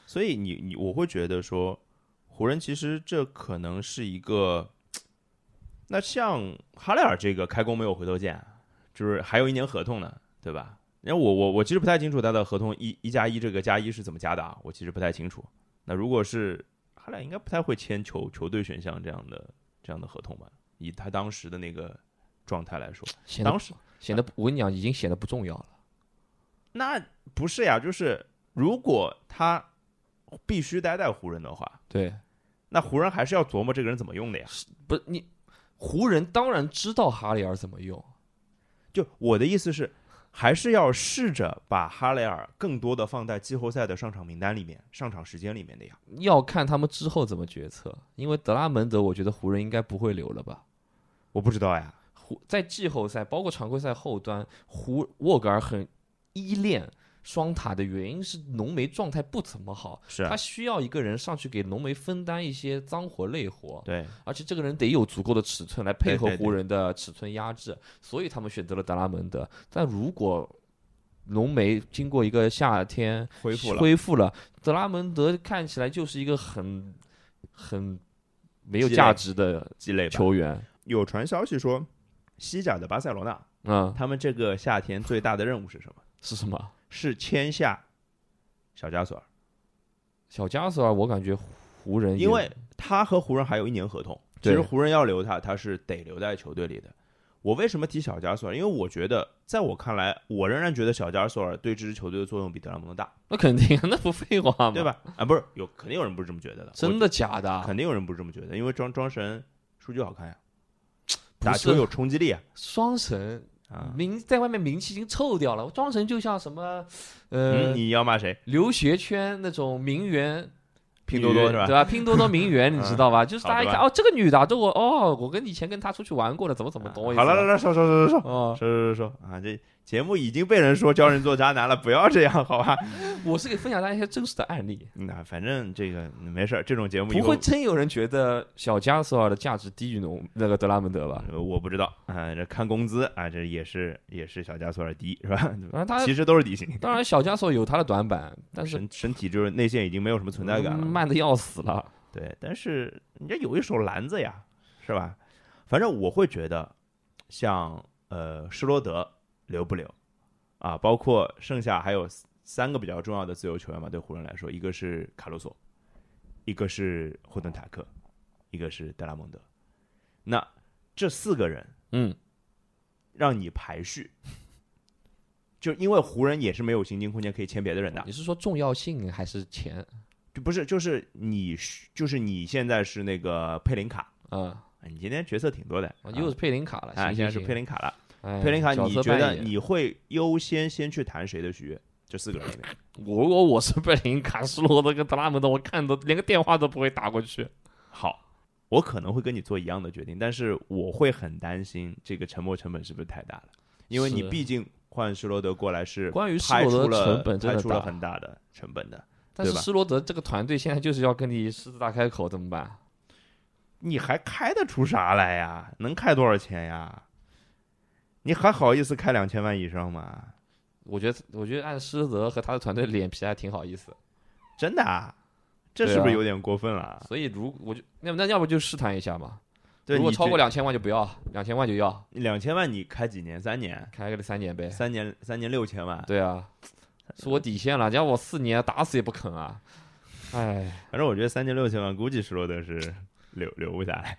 Speaker 1: 所以你你我会觉得说，湖人其实这可能是一个，那像哈雷尔这个开工没有回头箭，就是还有一年合同呢，对吧？因为我我我其实不太清楚他的合同一一加一这个加一是怎么加的啊，我其实不太清楚。那如果是哈雷尔，应该不太会签球球队选项这样的这样的合同吧？以他当时的那个状态来说，
Speaker 2: 显得
Speaker 1: 当时
Speaker 2: 显得我跟你讲，已经显得不重要了。
Speaker 1: 那不是呀，就是如果他必须待在湖人的话，
Speaker 2: 对，
Speaker 1: 那湖人还是要琢磨这个人怎么用的呀。
Speaker 2: 不你湖人当然知道哈利尔怎么用，
Speaker 1: 就我的意思是，还是要试着把哈雷尔更多的放在季后赛的上场名单里面、上场时间里面的呀。
Speaker 2: 要看他们之后怎么决策。因为德拉蒙德，我觉得湖人应该不会留了吧。
Speaker 1: 我不知道呀，
Speaker 2: 湖在季后赛包括常规赛后端，湖沃格尔很依恋双塔的原因是浓眉状态不怎么好，
Speaker 1: 是啊
Speaker 2: 他需要一个人上去给浓眉分担一些脏活累活，
Speaker 1: 对，
Speaker 2: 而且这个人得有足够的尺寸来配合
Speaker 1: 对对对
Speaker 2: 湖人的尺寸压制，所以他们选择了德拉蒙德。但如果浓眉经过一个夏天
Speaker 1: 恢复了，
Speaker 2: 恢复了，德拉蒙德看起来就是一个很很没有
Speaker 1: 鸡肋
Speaker 2: 价值的
Speaker 1: 积累吧。
Speaker 2: 球员，
Speaker 1: 有传消息说，西甲的巴塞罗那，
Speaker 2: 嗯，
Speaker 1: 他们这个夏天最大的任务是什么？
Speaker 2: 是什么？
Speaker 1: 是签下小加索尔，
Speaker 2: 小加索尔，我感觉湖人也
Speaker 1: 因为他和湖人还有一年合同。其
Speaker 2: 对
Speaker 1: 实湖人要留他，他是得留在球队里的。我为什么提小加索尔？因为我觉得，在我看来，我仍然觉得小加索尔对这支球队的作用比德拉蒙德大，
Speaker 2: 那肯定，啊那不废话吗？
Speaker 1: 对？吧？啊，不是，有肯定有人不是这么觉得的，
Speaker 2: 真
Speaker 1: 的
Speaker 2: 的假的啊？
Speaker 1: 肯定有人不是这么觉得，因为庄庄神数据好看呀，
Speaker 2: 不
Speaker 1: 打
Speaker 2: 是 呃
Speaker 1: 球有冲击力啊，
Speaker 2: 双神
Speaker 1: 啊。
Speaker 2: 名在外面名气已经臭掉了。庄神就像什么，呃，
Speaker 1: 嗯，你要骂谁？
Speaker 2: 留学圈那种名媛，
Speaker 1: 拼多多
Speaker 2: 女
Speaker 1: 是吧嗯
Speaker 2: 对？吧？拼多多名 媛，你知道吧？就是大家一
Speaker 1: 好
Speaker 2: 看，
Speaker 1: 的
Speaker 2: 哦，这个女的啊，这我哦，我跟以前跟她出去玩过了，怎么怎么，懂我意思
Speaker 1: 好
Speaker 2: 吧？
Speaker 1: 了，来来，收收收收收
Speaker 2: 哦，
Speaker 1: 收收收啊！这节目已经被人说教人做渣男了，不要这样，好吧？
Speaker 2: 我是给分享大家一些真实的案例，
Speaker 1: 那反正这个嗯没事儿，这种节目以
Speaker 2: 不
Speaker 1: 后
Speaker 2: 会真有人觉得小加索尔的价值低于农那个德拉蒙德吧？
Speaker 1: 呃我不知道啊，这看工资啊，这也是也是小加索尔低是吧？
Speaker 2: 当然他，
Speaker 1: 其实都是底薪，
Speaker 2: 当然小加索尔有他的短板，啊但是
Speaker 1: 身身体就是内线已经没有什么存在感了
Speaker 2: 嗯
Speaker 1: 嘛。
Speaker 2: 慢的要死了。
Speaker 1: 对，但是人家有一手篮子呀，是吧？反正我会觉得，像呃施罗德留不留啊，包括剩下还有三三个比较重要的自由球员嘛，对湖人来说，一个是卡鲁索，一个是霍顿塔克，一个是德拉蒙德。那这四个人
Speaker 2: 嗯，
Speaker 1: 让你排序，就因为湖人也是没有行进空间可以签别的人的，
Speaker 2: 你是说重要性还是钱？
Speaker 1: 就不是就是你是就是你现在是那个佩林卡。
Speaker 2: 嗯，
Speaker 1: 啊你今天角色挺多的，啊
Speaker 2: 哦又是佩林卡了，
Speaker 1: 啊，
Speaker 2: 行
Speaker 1: 现在
Speaker 2: 行
Speaker 1: 是
Speaker 2: 行，
Speaker 1: 佩林卡了。
Speaker 2: 哎
Speaker 1: 佩林卡，
Speaker 2: 角
Speaker 1: 你
Speaker 2: 色
Speaker 1: 觉得
Speaker 2: 扮演
Speaker 1: 你会优先先去谈谁的续约？这四个人里面，
Speaker 2: 我如果我是贝林卡斯罗德跟德拉蒙德，我看都连个电话都不会打过 去。
Speaker 1: 好，我可能会跟你做一样的决定，但是我会很担心这个沉没成本是不是太大了，因为你
Speaker 2: 是
Speaker 1: 毕竟换施罗德过来是
Speaker 2: 关于斯
Speaker 1: 拍
Speaker 2: 罗
Speaker 1: 出
Speaker 2: 德
Speaker 1: 了
Speaker 2: 成本真
Speaker 1: 拍
Speaker 2: 的
Speaker 1: 出了
Speaker 2: 大，
Speaker 1: 很大的成本的。
Speaker 2: 但是
Speaker 1: 对吧
Speaker 2: 斯罗德这个团队现在就是要跟你狮子大开口，怎么办？
Speaker 1: 你还开得出啥来呀？能开多少钱呀？你还好意思开两千万以上吗？
Speaker 2: 我觉得，我觉得按施罗德和他的团队脸皮还挺好意思，
Speaker 1: 真的啊？这
Speaker 2: 对
Speaker 1: 是不是
Speaker 2: 啊
Speaker 1: 有点过分了？
Speaker 2: 所以如我就那那要不就试探一下嘛，
Speaker 1: 对
Speaker 2: 如果
Speaker 1: 你
Speaker 2: 超
Speaker 1: 这
Speaker 2: 过两千万就不要，两千万就要，
Speaker 1: 两千万你开几年？三年？
Speaker 2: 开个三年呗。
Speaker 1: 三年？三年六千万？
Speaker 2: 对啊，是我底线了，要我四年打死也不肯啊。哎，
Speaker 1: 反正我觉得三年六千万，估计施罗德是留留不下 来。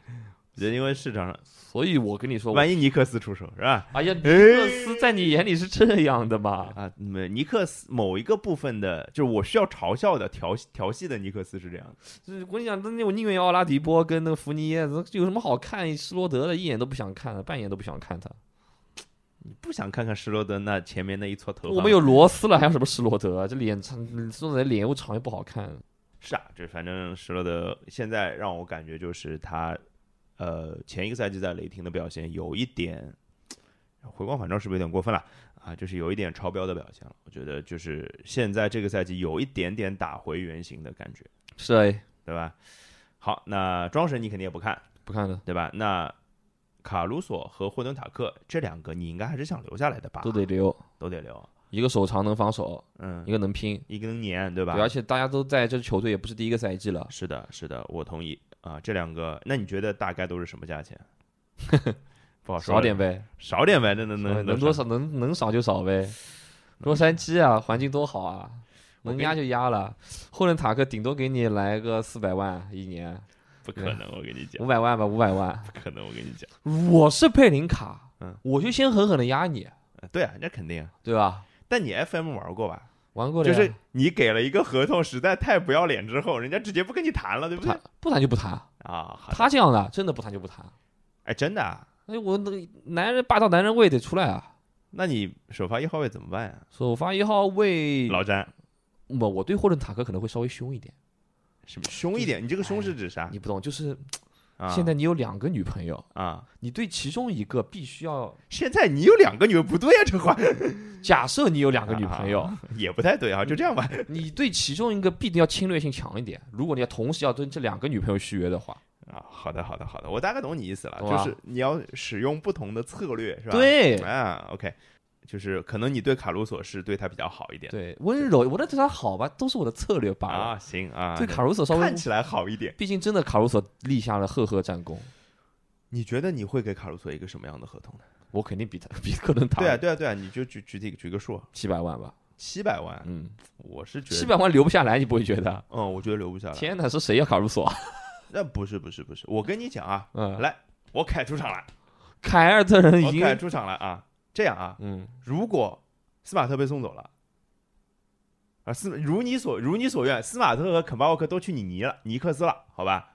Speaker 1: 我觉得因为市场上，
Speaker 2: 所以我跟你说，
Speaker 1: 万一尼克斯出手是吧？
Speaker 2: 哎呀，尼克斯在你眼里是这样的吗？
Speaker 1: 啊，没尼克斯某一个部分的，就是我需要嘲笑的调戏调戏的尼克斯是这样的。
Speaker 2: 就是我跟你讲，那我宁愿要奥拉迪波跟那个福尼耶，这有什么好看？施罗德的一眼都不想看了，半眼都不想看他。
Speaker 1: 你不想看看施罗德那前面那一撮头发吗？
Speaker 2: 我们有罗斯了，还有什么施罗德啊？这脸长，施罗德脸又长又不好看。
Speaker 1: 是啊，这反正施罗德现在让我感觉就是他，呃，前一个赛季在雷霆的表现有一点，回光返照是不是有点过分了啊？就是有一点超标的表现了。我觉得就是现在这个赛季有一点点打回原形的感觉，
Speaker 2: 是哎，
Speaker 1: 对吧？好，那庄神你肯定也不看，
Speaker 2: 不看了，
Speaker 1: 对吧？那卡鲁索和霍顿塔克这两个你应该还是想留下来的吧？
Speaker 2: 都得留。
Speaker 1: 都得留，
Speaker 2: 一个手长能防守，
Speaker 1: 嗯
Speaker 2: 一，个能拼，
Speaker 1: 一个年对吧？啊
Speaker 2: 对，而且大家都在这球队也不是第一个赛季了，
Speaker 1: 是的，是的，我同意啊。这两个，那你觉得大概都是什么价钱？ 不好说，
Speaker 2: 少点，呗，
Speaker 1: 啊少点呗，那能
Speaker 2: 能
Speaker 1: 能
Speaker 2: 能多？少能能少就少呗。洛杉矶啊，环境多好啊，
Speaker 1: 我
Speaker 2: 能
Speaker 1: 跟
Speaker 2: 压就压了。霍伦塔克顶多给你来个四百万一年，
Speaker 1: 不可能，我跟你讲
Speaker 2: 五，百万吧，五百万。
Speaker 1: 不可能，我跟你讲。
Speaker 2: 我是佩林卡，
Speaker 1: 嗯
Speaker 2: 我就先狠狠的压你，
Speaker 1: 呃对啊，那肯定啊。
Speaker 2: 对吧？
Speaker 1: 但你 FM 玩过吧？
Speaker 2: 玩过了
Speaker 1: 就
Speaker 2: 呀
Speaker 1: 是你给了一个合同，实在太不要脸之后，人家直接不跟你谈了，对
Speaker 2: 不
Speaker 1: 对
Speaker 2: 谈？不谈就不谈，
Speaker 1: 啊？好的
Speaker 2: 他这样的真的不谈就不谈。
Speaker 1: 哎，真的啊？
Speaker 2: 哎，我那个男人霸道男人味得出来啊！
Speaker 1: 那你首发一号位怎么办呀？
Speaker 2: 首发一号位，
Speaker 1: 老詹，
Speaker 2: 我我对霍顿塔克可能会稍微凶一点，
Speaker 1: 是不是凶一点？你这个凶是指啥
Speaker 2: 你？不懂，就是
Speaker 1: 啊
Speaker 2: 现在你有两个女朋友，
Speaker 1: 啊，
Speaker 2: 你对其中一个必须要，
Speaker 1: 现在你有两个女，不对啊，这话
Speaker 2: 假设你有两个女朋友，
Speaker 1: 也不太对啊，就这样吧。
Speaker 2: 你对其中一个必定要侵略性强一点。如果你要同时要跟这两个女朋友续约的话，
Speaker 1: 啊，好的，好的，好的，我大概懂你意思了，
Speaker 2: 懂
Speaker 1: 就
Speaker 2: 吧
Speaker 1: 是你要使用不同的策略，是吧？，
Speaker 2: 对
Speaker 1: 啊，OK，就是可能你对卡鲁索是对他比较好一点，
Speaker 2: 对，温柔，我那对他好吧，都是我的策略罢了。
Speaker 1: 啊，行啊，
Speaker 2: 对卡鲁索稍微
Speaker 1: 看，起来好一点。
Speaker 2: 毕竟真的卡鲁索立下了赫赫战功，
Speaker 1: 你觉得你会给卡鲁索一个什么样的合同呢？
Speaker 2: 我肯定比他 比克伦塔
Speaker 1: 对啊，对啊，对啊，你就举举举举个数，
Speaker 2: 七百万吧，
Speaker 1: 七百万，
Speaker 2: 嗯，
Speaker 1: 我是觉
Speaker 2: 七
Speaker 1: 得，
Speaker 2: 百万留不下来，你不会觉得？
Speaker 1: 嗯，我觉得留不下来。
Speaker 2: 天哪，是谁要卡鲁索啊？
Speaker 1: 那不是不是不是，我跟你讲啊，
Speaker 2: 嗯，
Speaker 1: 来，我凯出场了，
Speaker 2: 凯尔特人
Speaker 1: 我
Speaker 2: 已
Speaker 1: 凯
Speaker 2: 经，
Speaker 1: 出场了啊，这样啊，
Speaker 2: 嗯，
Speaker 1: 如果斯马特被送走了，啊，斯如你所如你所愿，斯马特和肯巴沃克都去你尼了尼克斯了，好吧？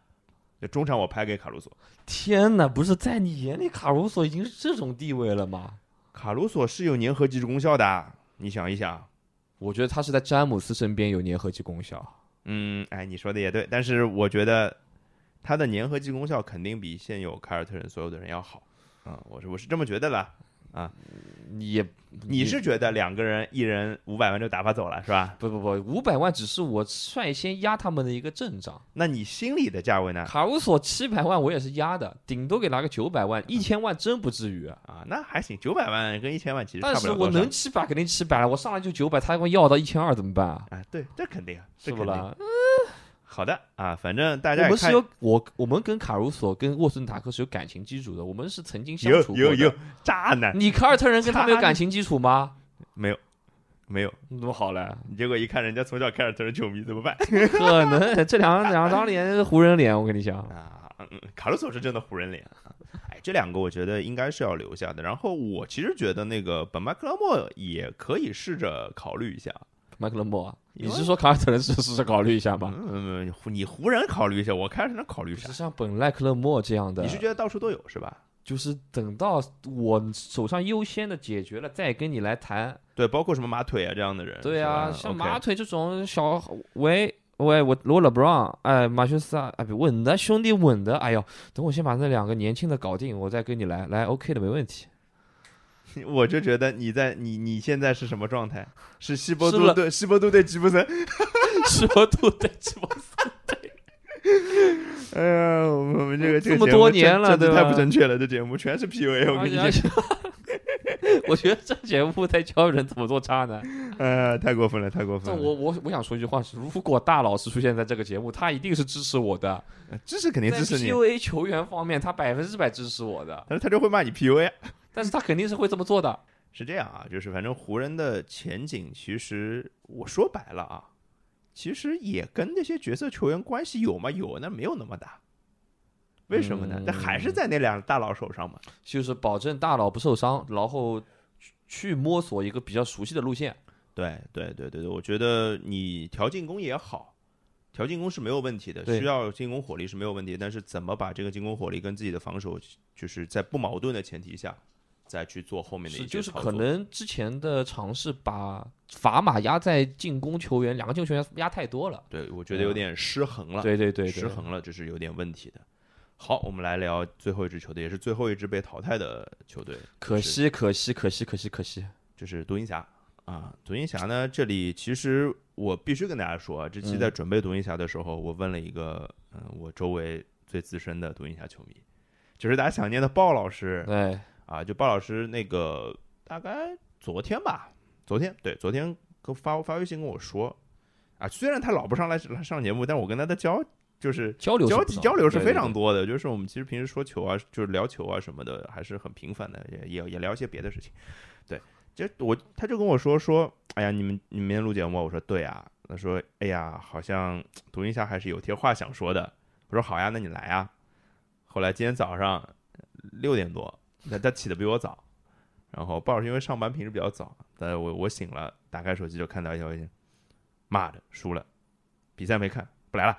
Speaker 1: 这中场我拍给卡鲁索，
Speaker 2: 天哪，不是在你眼里卡鲁索已经是这种地位了吗？
Speaker 1: 卡鲁索是有粘合技术功效的，啊你想一想，
Speaker 2: 我觉得他是在詹姆斯身边有粘合剂功效，
Speaker 1: 嗯，哎，你说的也对，但是我觉得它的粘合剂功效肯定比现有凯尔特人所有的人要好，啊、我是我是这么觉得啦。
Speaker 2: 也
Speaker 1: 你是觉得两个人一人五百万就打发走了是吧？
Speaker 2: 不不不，五百万只是我率先压他们的一个阵仗。
Speaker 1: 那你心里的价位呢？
Speaker 2: 卡鲁索七百万我也是压的，顶多给拿个九百万，一千万真不至于。
Speaker 1: 啊，那还行，九百万跟一千万其实差
Speaker 2: 但
Speaker 1: 不
Speaker 2: 是
Speaker 1: 了
Speaker 2: 我
Speaker 1: 多少
Speaker 2: 能七百肯定七百了，我上来就九百，他给我要到一千二怎么办啊？
Speaker 1: 啊，对，这肯定，这
Speaker 2: 是
Speaker 1: 肯
Speaker 2: 不
Speaker 1: 定。
Speaker 2: 啦？
Speaker 1: 好的啊，反正大家
Speaker 2: 我
Speaker 1: 也
Speaker 2: 们是
Speaker 1: 看
Speaker 2: 有我我们跟卡鲁索跟沃森塔克是有感情基础的，我们是曾经相
Speaker 1: 有
Speaker 2: 处过
Speaker 1: 有
Speaker 2: 的。
Speaker 1: 有渣男
Speaker 2: 你凯尔特人跟他们有感情基础 吗？
Speaker 1: 没有没有，
Speaker 2: 那么好嘞，
Speaker 1: 结果一看人家从小凯尔特人球迷怎么办
Speaker 2: 可能这两两张脸是湖人脸，我跟你讲，
Speaker 1: 啊？嗯卡鲁索是真的湖人脸啊，哎，这两个我觉得应该是要留下的。然后我其实觉得那个本麦克拉莫也可以试着考虑一下，
Speaker 2: 麦克勒莫啊，
Speaker 1: 有
Speaker 2: 你
Speaker 1: 啊
Speaker 2: 是说凯尔特人是试着考虑一下吗？
Speaker 1: 嗯，嗯你湖人考虑一下，我凯尔特人考虑
Speaker 2: 就
Speaker 1: 啥
Speaker 2: 是？像本赖克勒莫这样的，
Speaker 1: 你是觉得到处都有是吧？
Speaker 2: 就是等到我手上优先的解决了，再跟你来谈。
Speaker 1: 对，包括什么马腿啊这样的人，
Speaker 2: 对啊，
Speaker 1: 是吧
Speaker 2: 像
Speaker 1: OK
Speaker 2: 马腿这种小，喂喂，我罗勒布朗，哎，马修斯啊，哎，稳的兄弟稳的，哎呦，等我先把那两个年轻的搞定，我再跟你来，来 OK 的，没问题。
Speaker 1: 我就觉得你在你你现在是什么状态？是西伯
Speaker 2: 是
Speaker 1: 杜
Speaker 2: 了
Speaker 1: 对西伯杜对吉布森？
Speaker 2: 什么都得什 么，
Speaker 1: 哎呀，我们我们这个
Speaker 2: 这么多
Speaker 1: 节目真
Speaker 2: 年了
Speaker 1: 真的
Speaker 2: 对吧
Speaker 1: 太不正确了，这节目全是 PUA，我跟你
Speaker 2: 而
Speaker 1: 讲，
Speaker 2: 且 我觉得这嗯节目在教人怎么做渣男。
Speaker 1: 呃，太过分了，太过
Speaker 2: 这
Speaker 1: 分
Speaker 2: 我
Speaker 1: 了。
Speaker 2: 我我想说一句话是，如果大老师出现在这个节目，他一定是支持我的。
Speaker 1: 支持肯定
Speaker 2: 在
Speaker 1: 支持你，
Speaker 2: PUA 球员方面，他百分之百支持我的，
Speaker 1: 但是他就会骂你 PUA 啊。
Speaker 2: 但是他肯定是会这么做的。
Speaker 1: 是这样啊，就是反正湖人的前景，其实我说白了啊，其实也跟那些角色球员关系有吗？有，那没有那么大。为什么呢？那还
Speaker 2: 嗯
Speaker 1: 是在那两大佬手上嘛。
Speaker 2: 就是保证大佬不受伤，然后去去摸索一个比较熟悉的路线。
Speaker 1: 对对对对对，我觉得你调进攻也好，调进攻是没有问题的，
Speaker 2: 对
Speaker 1: 需要进攻火力是没有问题，但是怎么把这个进攻火力跟自己的防守，就是在不矛盾的前提下，再去做后面的一
Speaker 2: 是，
Speaker 1: 些
Speaker 2: 就是
Speaker 1: 操
Speaker 2: 可
Speaker 1: 作
Speaker 2: 能之前的尝试把砝码压在进攻球员，两个进攻球员压太多了。
Speaker 1: 对我觉得有点失衡了，
Speaker 2: 嗯对对对
Speaker 1: 失
Speaker 2: 对，
Speaker 1: 衡了，这是有点问题的。好，我们来聊最后一支球队，也是最后一支被淘汰的球队，
Speaker 2: 可惜可惜可惜可惜可惜，
Speaker 1: 就是独行侠啊。独行侠呢，这里其实我必须跟大家说啊，这期
Speaker 2: 嗯
Speaker 1: 在准备独行侠的时候，我问了一个嗯，我周围最资深的独行侠球迷，就是大家想念的鲍老师
Speaker 2: 哎，
Speaker 1: 啊，就鲍老师那个大概昨天吧，昨天对，昨天跟发发微信跟我说啊，虽然他老不上来来上节目，但我跟他的交就是
Speaker 2: 交流是
Speaker 1: 交
Speaker 2: 不少
Speaker 1: 交流是
Speaker 2: 对
Speaker 1: 非
Speaker 2: 对
Speaker 1: 常
Speaker 2: 对
Speaker 1: 多的，就是我们其实平时说球啊，就是聊球啊什么的，还是很频繁的，也也也聊一些别的事情。对，这我他就跟我说说，哎呀，你们你们明天录节目啊，我说对啊，他说哎呀，好像读一下还是有些话想说的，我说好呀，那你来啊。后来今天早上六点多，那他起的比我早，然后鲍老师因为上班平时比较早，但我我醒了，打开手机就看到一条微信，妈的输了，比赛没看，不来了。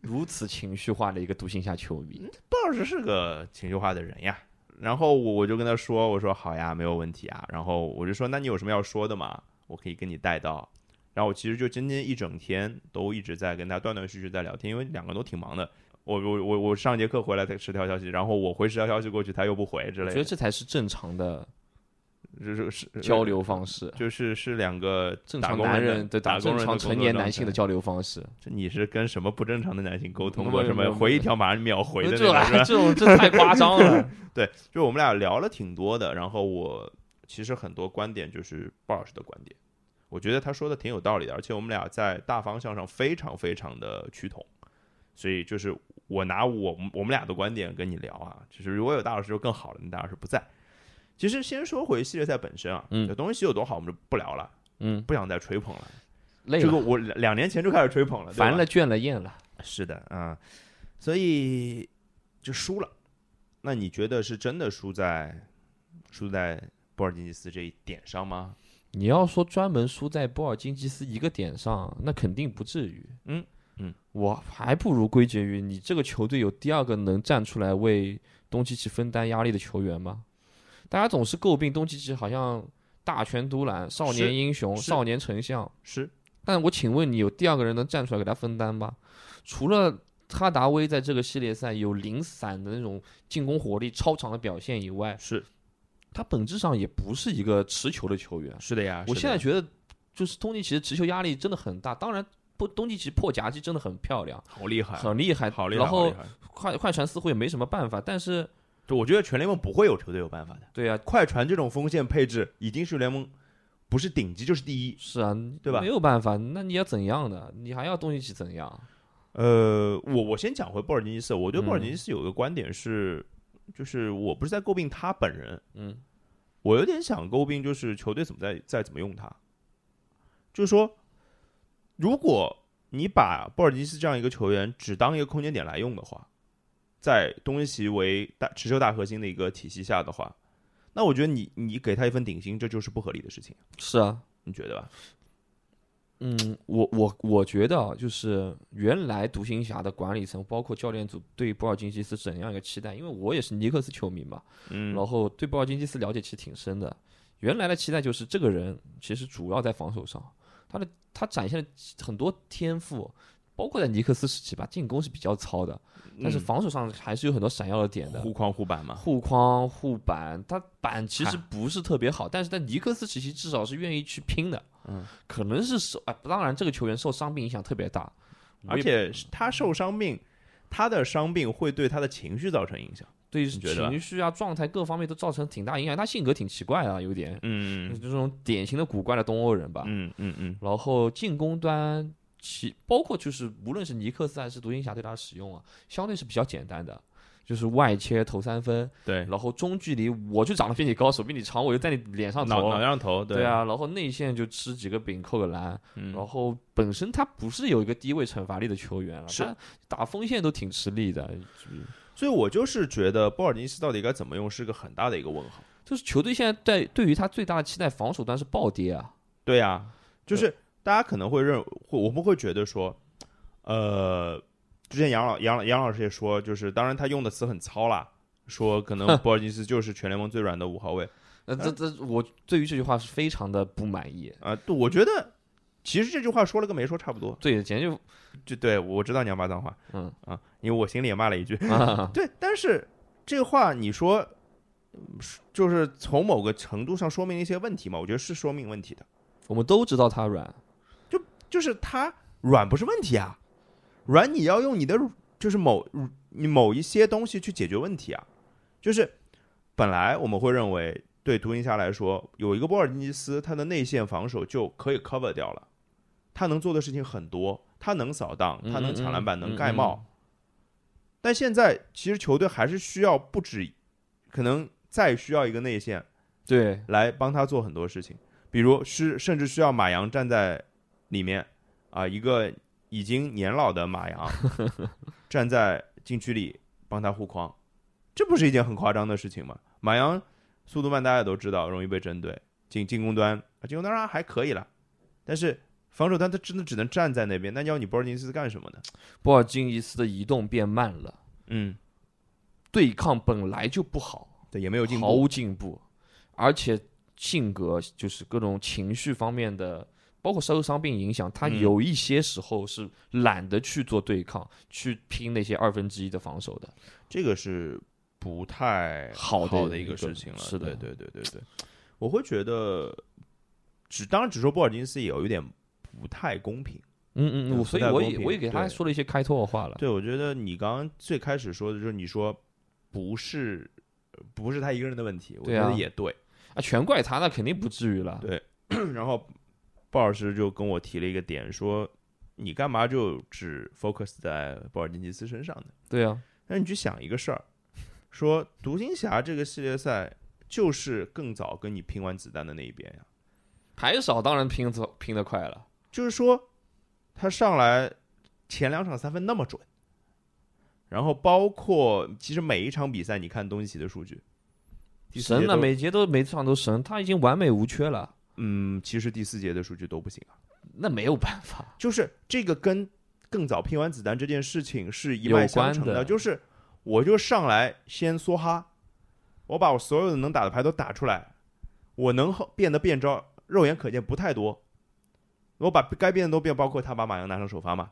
Speaker 2: 如此情绪化的一个独行侠球迷，
Speaker 1: 鲍老师是个情绪化的人呀。然后我我就跟他说，我说好呀，没有问题啊。然后我就说，那你有什么要说的吗？我可以跟你带到。然后我其实就今天一整天都一直在跟他断断续续在聊天，因为两个人都挺忙的。我我我我上节课回来才十条消息，然后我回十条消息过去，他又不回之
Speaker 2: 我
Speaker 1: 类
Speaker 2: 觉
Speaker 1: 的，
Speaker 2: 得这才是正常的
Speaker 1: 就是是
Speaker 2: 交，流方式，
Speaker 1: 就是是两个
Speaker 2: 正
Speaker 1: 打
Speaker 2: 常
Speaker 1: 工
Speaker 2: 男
Speaker 1: 人
Speaker 2: 对
Speaker 1: 打
Speaker 2: 打
Speaker 1: 工
Speaker 2: 正
Speaker 1: 人
Speaker 2: 常成年男性的
Speaker 1: 交。
Speaker 2: 交流方式。
Speaker 1: 这你是跟什么不正常的男性沟通
Speaker 2: 没
Speaker 1: 过？
Speaker 2: 有
Speaker 1: 什
Speaker 2: 没
Speaker 1: 么
Speaker 2: 有
Speaker 1: 回一条马上秒回的
Speaker 2: 这哎
Speaker 1: 那种是吧
Speaker 2: 这？种这太夸 张了，
Speaker 1: 对，就我们俩聊了挺多的，然后我其实很多观点就是鲍老师的观点，我觉得他说的挺有道理的，而且我们俩在大方向上非常非常的趋同，所以就是我拿我我们俩的观点跟你聊啊，就是如果有大老师就更好了，那大老师不在。其实先说回系列赛本身啊，
Speaker 2: 嗯
Speaker 1: 这东西有多好我们就不聊了，
Speaker 2: 嗯，
Speaker 1: 不想再吹捧了。
Speaker 2: 累
Speaker 1: 这个
Speaker 2: 了，
Speaker 1: 我两两年前就开始吹捧了，对吧
Speaker 2: 烦了，倦了，厌了。
Speaker 1: 是的，啊、所以就输了。那你觉得是真的输在输在波尔津吉斯这一点上吗？
Speaker 2: 你要说专门输在波尔津吉斯一个点上，那肯定不至于。
Speaker 1: 嗯嗯，
Speaker 2: 我还不如归结于你这个球队有第二个能站出来为东契奇分担压力的球员吗？大家总是诟病东契奇好像大权独揽、少年
Speaker 1: 是
Speaker 2: 英雄、
Speaker 1: 是
Speaker 2: 少年丞相，
Speaker 1: 是
Speaker 2: 但我请问你，有第二个人能站出来给他分担吗？除了哈达威在这个系列赛有零散的那种进攻火力超常的表现以外，
Speaker 1: 是
Speaker 2: 他本质上也不是一个持球的球员。
Speaker 1: 是的呀。是
Speaker 2: 我
Speaker 1: 的
Speaker 2: 现在
Speaker 1: 呀
Speaker 2: 觉得，就是东契奇的持球压力真的很大。当然，不，东契奇破夹击真的很漂亮，
Speaker 1: 好厉害，
Speaker 2: 很厉害，
Speaker 1: 好厉害，
Speaker 2: 然
Speaker 1: 好厉
Speaker 2: 后
Speaker 1: 害。
Speaker 2: 快快船似乎也没什么办法，但是
Speaker 1: 就我觉得全联盟不会有球队有办法的。
Speaker 2: 对啊，
Speaker 1: 快船这种锋线配置已经是联盟不是顶级就是第一。
Speaker 2: 是啊，
Speaker 1: 对吧
Speaker 2: 没有办法，那你要怎样的？你还要东契奇怎样？
Speaker 1: 呃，我我先讲回波尔津吉斯，我对波尔津吉斯有一个观点是，就是我不是在诟病他本人，
Speaker 2: 嗯，
Speaker 1: 我有点想诟病就是球队怎么在在怎么用他，就是说，如果你把波尔津吉斯这样一个球员只当一个空间点来用的话，在东契奇为大持球大核心的一个体系下的话，那我觉得你你给他一份顶薪，这就是不合理的事情，
Speaker 2: 是啊，
Speaker 1: 你觉得 吧？
Speaker 2: 嗯，我我我觉得啊，就是原来独行侠的管理层，包括教练组对博尔津吉斯怎样一个期待？因为我也是尼克斯球迷嘛，
Speaker 1: 嗯，
Speaker 2: 然后对博尔津吉斯了解其实挺深的。原来的期待就是这个人其实主要在防守上，他的他展现了很多天赋，包括在尼克斯时期吧，进攻是比较糙的，但是
Speaker 1: 嗯
Speaker 2: 防守上还是有很多闪耀的点的。
Speaker 1: 护框护板嘛，
Speaker 2: 护框、护板，他板其实
Speaker 1: 嗨
Speaker 2: 不是特别好，但是在尼克斯时期至少是愿意去拼的。嗯，可能是受啊，当然这个球员受伤病影响特别大，我
Speaker 1: 而
Speaker 2: 也
Speaker 1: 且是他受伤病，他的伤病会对他的情绪造成影响。
Speaker 2: 对
Speaker 1: 你觉得吧
Speaker 2: 情绪啊、状态各方面都造成挺大影响。他性格挺奇怪啊，有点，就
Speaker 1: 嗯
Speaker 2: 这种典型的古怪的东欧人吧。
Speaker 1: 嗯嗯嗯，
Speaker 2: 然后进攻端其包括就是无论是尼克斯还是独行侠对他的使用啊，相对是比较简单的，就是外切投三分，
Speaker 1: 对，
Speaker 2: 然后中距离我就长得比你高，手比你长，我就在你脸上
Speaker 1: 脑
Speaker 2: 投。
Speaker 1: 脑让头，
Speaker 2: 对，嗯啊，然后内线就吃几个饼扣个篮，然后本身他不是有一个低位惩罚力的球员了，啊
Speaker 1: 是
Speaker 2: 他打锋线都挺吃力的，
Speaker 1: 所以我就是觉得波尔津吉斯到底该怎么用是个很大的一个问号。
Speaker 2: 就是球队现在在对于他最大的期待防守端是暴跌啊，
Speaker 1: 对呀、就是大家可能会认会我们会觉得说，呃，之前杨老杨老杨老师也说，就是当然他用的词很糙啦，说可能波尔津吉斯就是全联盟最软的五号位
Speaker 2: 呃，这这我对于这句话是非常的不满意，
Speaker 1: 啊、对我觉得其实这句话说了跟没说差不多。
Speaker 2: 对，简 直就
Speaker 1: 就对我知道你要骂脏话，
Speaker 2: 嗯
Speaker 1: 啊，因为我心里也骂了一句。
Speaker 2: 啊，
Speaker 1: 对，但是这话你说，嗯是就是从某个程度上说明了一些问题嘛？我觉得是说明问题的，
Speaker 2: 我们都知道他软，
Speaker 1: 就是它软不是问题啊，软你要用你的就是某你某一些东西去解决问题啊，就是本来我们会认为对独行侠来说，有一个波尔津吉斯，他的内线防守就可以 cover 掉了，他能做的事情很多，他能扫荡，他能抢篮板，
Speaker 2: 嗯嗯
Speaker 1: 能盖
Speaker 2: 嗯
Speaker 1: 帽。但现在其实球队还是需要不止，可能再需要一个内线
Speaker 2: 对，
Speaker 1: 来帮他做很多事情，比如是甚至需要马洋站在里面啊、一个已经年老的马洋站在禁区里帮他护框，这不是一件很夸张的事情吗？马洋速度慢，大家都知道，容易被针对。进进攻端啊，进攻端当然还可以了，但是防守端他真的只能站在那边，那要你波尔津斯干什么呢？
Speaker 2: 波尔津吉斯的移动变慢了，
Speaker 1: 嗯，
Speaker 2: 对抗本来就不好，
Speaker 1: 对，也没有进
Speaker 2: 毫
Speaker 1: 步，
Speaker 2: 无进步，而且性格就是各种情绪方面的，包括受伤病影响，他
Speaker 1: 嗯
Speaker 2: 有一些时候是懒得去做对抗，去拼那些二分之一的防守的。
Speaker 1: 这个是不太
Speaker 2: 好的
Speaker 1: 的一个
Speaker 2: 一个
Speaker 1: 事情了。
Speaker 2: 是的
Speaker 1: 对对对对对，我会觉得只当然只说波尔津斯也有一点不太公平。
Speaker 2: 嗯
Speaker 1: 嗯
Speaker 2: 嗯，我所以
Speaker 1: 不太
Speaker 2: 我
Speaker 1: 公
Speaker 2: 也
Speaker 1: 平
Speaker 2: 我也给
Speaker 1: 对
Speaker 2: 他说了一些开拓的话了。
Speaker 1: 对，我觉得你刚刚最开始说的就是你说不是不是他一个人的问题，我
Speaker 2: 对
Speaker 1: 觉得
Speaker 2: 啊
Speaker 1: 也对。
Speaker 2: 啊，全怪他那肯定不至于了。
Speaker 1: 对然后鲍老师就跟我提了一个点，说你干嘛就只 focus 在鲍尔津吉斯身上呢？
Speaker 2: 对啊，
Speaker 1: 那你去想一个事儿，说独行侠这个系列赛就是更早跟你拼完子弹的那一边呀。
Speaker 2: 牌少当然拼得拼得快了。
Speaker 1: 就是说他上来前两场三分那么准，然后包括其实每一场比赛，你看东契奇的数据，第四节
Speaker 2: 神了，
Speaker 1: 都
Speaker 2: 每节都每场都神，他已经完美无缺了，
Speaker 1: 嗯，其实第四节的数据都不行啊，
Speaker 2: 那没有办法。
Speaker 1: 就是这个跟更早拼完子弹这件事情是一
Speaker 2: 有
Speaker 1: 脉相
Speaker 2: 关
Speaker 1: 承
Speaker 2: 的
Speaker 1: 就是我就上来先梭哈，我把我所有的能打的牌都打出来，我能后变的变招肉眼可见不太多，我把该变的都变，包括他把马羊拿成首发嘛，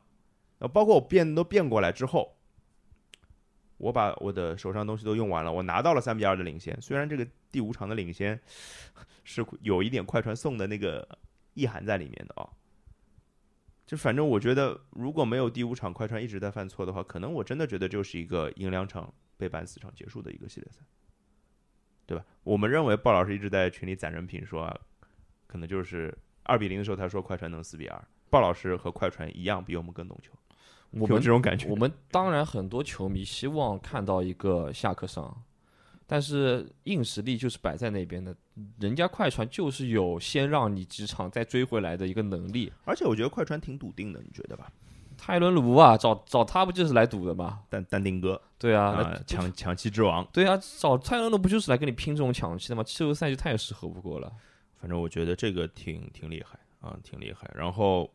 Speaker 1: 呃，包括我变的都变过来之后，我把我的手上东西都用完了，我拿到了三比二的领先。虽然这个第五场的领先 是有一点快船送的那个意涵在里面的啊、就反正我觉得，如果没有第五场快船一直在犯错的话，可能我真的觉得就是一个赢两场被扳四场结束的一个系列赛，对吧？我们认为鲍老师一直在群里攒人品说、啊，可能就是二比零的时候他说快船能四比二，鲍老师和快船一样比我们更懂球，
Speaker 2: 我
Speaker 1: 有
Speaker 2: 们
Speaker 1: 这种感觉。
Speaker 2: 我们当然很多球迷希望看到一个下课上，但是硬实力就是摆在那边的，人家快船就是有先让你几场再追回来的一个能力。
Speaker 1: 而且我觉得快船挺笃定的，你觉得吧？
Speaker 2: 泰伦卢啊，找找他不就是来赌的吗？
Speaker 1: 但但丁哥
Speaker 2: 对啊，
Speaker 1: 啊、
Speaker 2: 来
Speaker 1: 抢抢七之王，
Speaker 2: 对啊，找泰伦卢不就是来跟你拼这种抢七的吗？季后赛就太适合不过了。
Speaker 1: 反正我觉得这个挺挺厉害啊，挺厉害。然后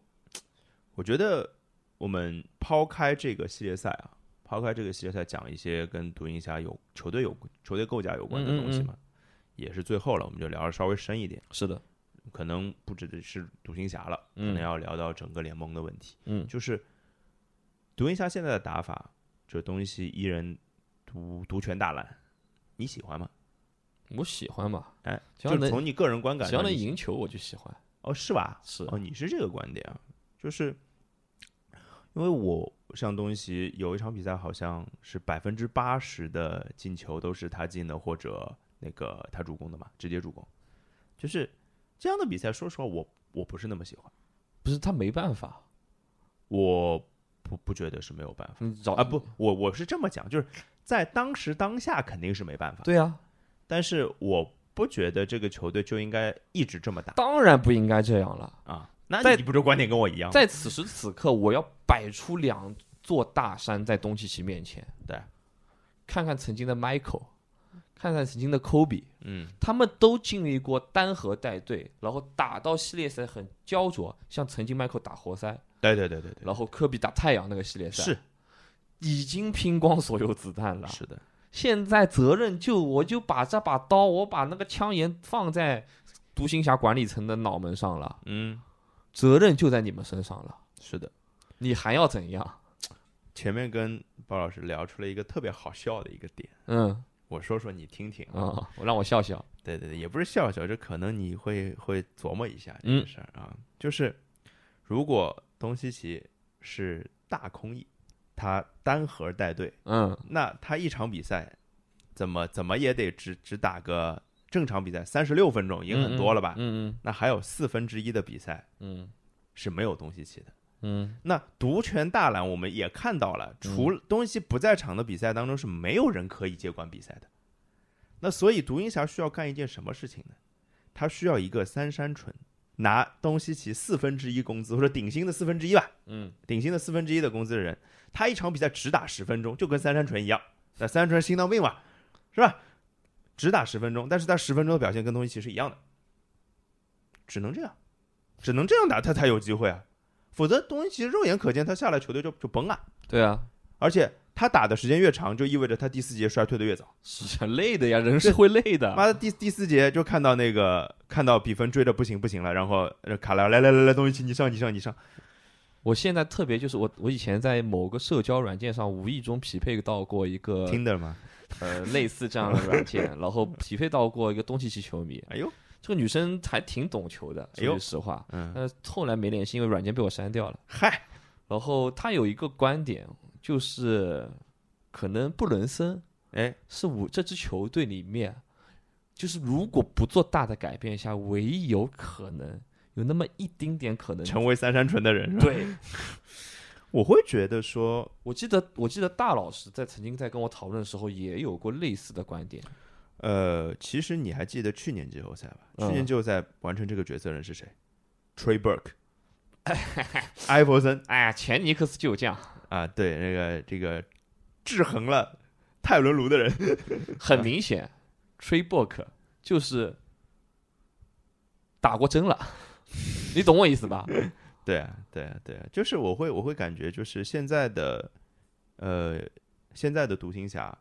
Speaker 1: 我觉得我们抛开这个系列赛啊，抛开这个系列赛讲一些跟独行侠有球队有球队构架有关的东西
Speaker 2: 嗯
Speaker 1: 嘛，也是最后了，我们就聊的稍微深一点，
Speaker 2: 是的，
Speaker 1: 可能不只是独行侠了，可
Speaker 2: 嗯
Speaker 1: 能要聊到整个联盟的问题。
Speaker 2: 嗯
Speaker 1: 就是独行侠现在的打法，就是东契奇一人独独权大揽，你喜欢吗？
Speaker 2: 我喜欢嘛，
Speaker 1: 哎，
Speaker 2: 只要
Speaker 1: 就是
Speaker 2: 能
Speaker 1: 从你个人观感
Speaker 2: 只要
Speaker 1: 上，
Speaker 2: 能
Speaker 1: 你
Speaker 2: 啊赢球我就喜欢。
Speaker 1: 哦，是吧？
Speaker 2: 是
Speaker 1: 哦，你是这个观点啊，就是因为我像东西有一场比赛，好像是百分之八十的进球都是他进的，或者那个他助攻的嘛，直接助攻，就是这样的比赛，说实话，我我不是那么喜欢，
Speaker 2: 不是他没办法，
Speaker 1: 我不不觉得是没有办法
Speaker 2: 你找
Speaker 1: 啊，不，我我是这么讲，就是在当时当下肯定是没办法，
Speaker 2: 对啊，
Speaker 1: 但是我不觉得这个球队就应该一直这么打
Speaker 2: 当然不应该这样了。
Speaker 1: 啊。那
Speaker 2: 在
Speaker 1: 你不就观点跟我一样吗？
Speaker 2: 在此时此刻，我要摆出两座大山在东契奇面前，
Speaker 1: 对，
Speaker 2: 看看曾经的 Michael，看看曾经的 Kobe，
Speaker 1: 嗯，
Speaker 2: 他们都经历过单核带队，然后打到系列赛很焦灼，像曾经 Michael 打活塞，
Speaker 1: 对对对对对，
Speaker 2: 然后科比打太阳那个系列赛，
Speaker 1: 是
Speaker 2: 已经拼光所有子弹了。
Speaker 1: 是的。
Speaker 2: 现在责任就我就把这把刀，我把那个枪眼放在独行侠管理层的脑门上了，
Speaker 1: 嗯，
Speaker 2: 责任就在你们身上了，
Speaker 1: 是的。
Speaker 2: 你还要怎样？
Speaker 1: 前面跟包老师聊出了一个特别好笑的一个点，
Speaker 2: 嗯。
Speaker 1: 我说说你听听。
Speaker 2: 啊、我让我笑笑。
Speaker 1: 对对对，也不是笑笑，这可能你会会琢磨一下这
Speaker 2: 嗯
Speaker 1: 个事儿啊。就是如果东契奇是大空翼，他单核带队，
Speaker 2: 嗯，
Speaker 1: 那他一场比赛怎么怎么也得只只打个正常比赛三十六分钟，已经很多了吧？
Speaker 2: 嗯
Speaker 1: 那还有四分之一的比赛
Speaker 2: 嗯
Speaker 1: 是没有东契奇的。
Speaker 2: 嗯
Speaker 1: 那独权大篮我们也看到了，除了东西不在场的比赛当中是没有人可以接管比赛的。那所以独行侠需要干一件什么事情呢？他需要一个三山纯，拿东契奇四分之一工资或者顶薪的四分之一吧，
Speaker 2: 嗯
Speaker 1: 顶薪的四分之一的工资的人，他一场比赛只打十分钟，就跟三山纯一样。那三山纯心脏病嘛，是吧？只打十分钟，但是他十分钟的表现跟东契奇是一样的，只能这样，只能这样打，他才有机会啊。否则东契奇肉眼可见，他下来球队就就崩啊。
Speaker 2: 嗯，对啊，
Speaker 1: 而且他打的时间越长，就意味着他第四节衰退的越早。
Speaker 2: 是很累的呀，人是会累的。
Speaker 1: 妈的，第第四节就看到那个看到比分追的不行不行了，然后呃卡莱尔来来来来，东契奇你上你上你上，
Speaker 2: 我现在特别就是我，我以前在某个社交软件上无意中匹配到过一个
Speaker 1: 听的吗？
Speaker 2: 呃类似这样的软件，然后匹配到过一个东契奇球迷。
Speaker 1: 哎呦，
Speaker 2: 这个女生还挺懂球的，
Speaker 1: 哎呦
Speaker 2: 说句实话。
Speaker 1: 嗯，
Speaker 2: 但是后来没联系，因为软件被我删掉了。
Speaker 1: 嗨，
Speaker 2: 然后她有一个观点，就是可能布伦森
Speaker 1: 哎，
Speaker 2: 是我这支球队里面，就是如果不做大的改变下，唯一有可能有那么一丁点可能。
Speaker 1: 成为三山纯的人是吧？
Speaker 2: 对，
Speaker 1: 我会觉得说，
Speaker 2: 我记得我记得大老师在曾经在跟我讨论的时候也有过类似的观点。
Speaker 1: 呃，其实你还记得去年季后赛吧？
Speaker 2: 嗯
Speaker 1: 去年季后赛完成这个角色的人是谁？Trey Burke，艾弗森
Speaker 2: 哎呀，前尼克斯就这样，
Speaker 1: 啊，对，那个这个制衡了泰伦卢的人，
Speaker 2: 很明显 t r e b o o k 就是打过针了，你懂我意思吧？
Speaker 1: 对啊，对啊，对啊，就是我会我会感觉就是现在的呃现在的独行侠，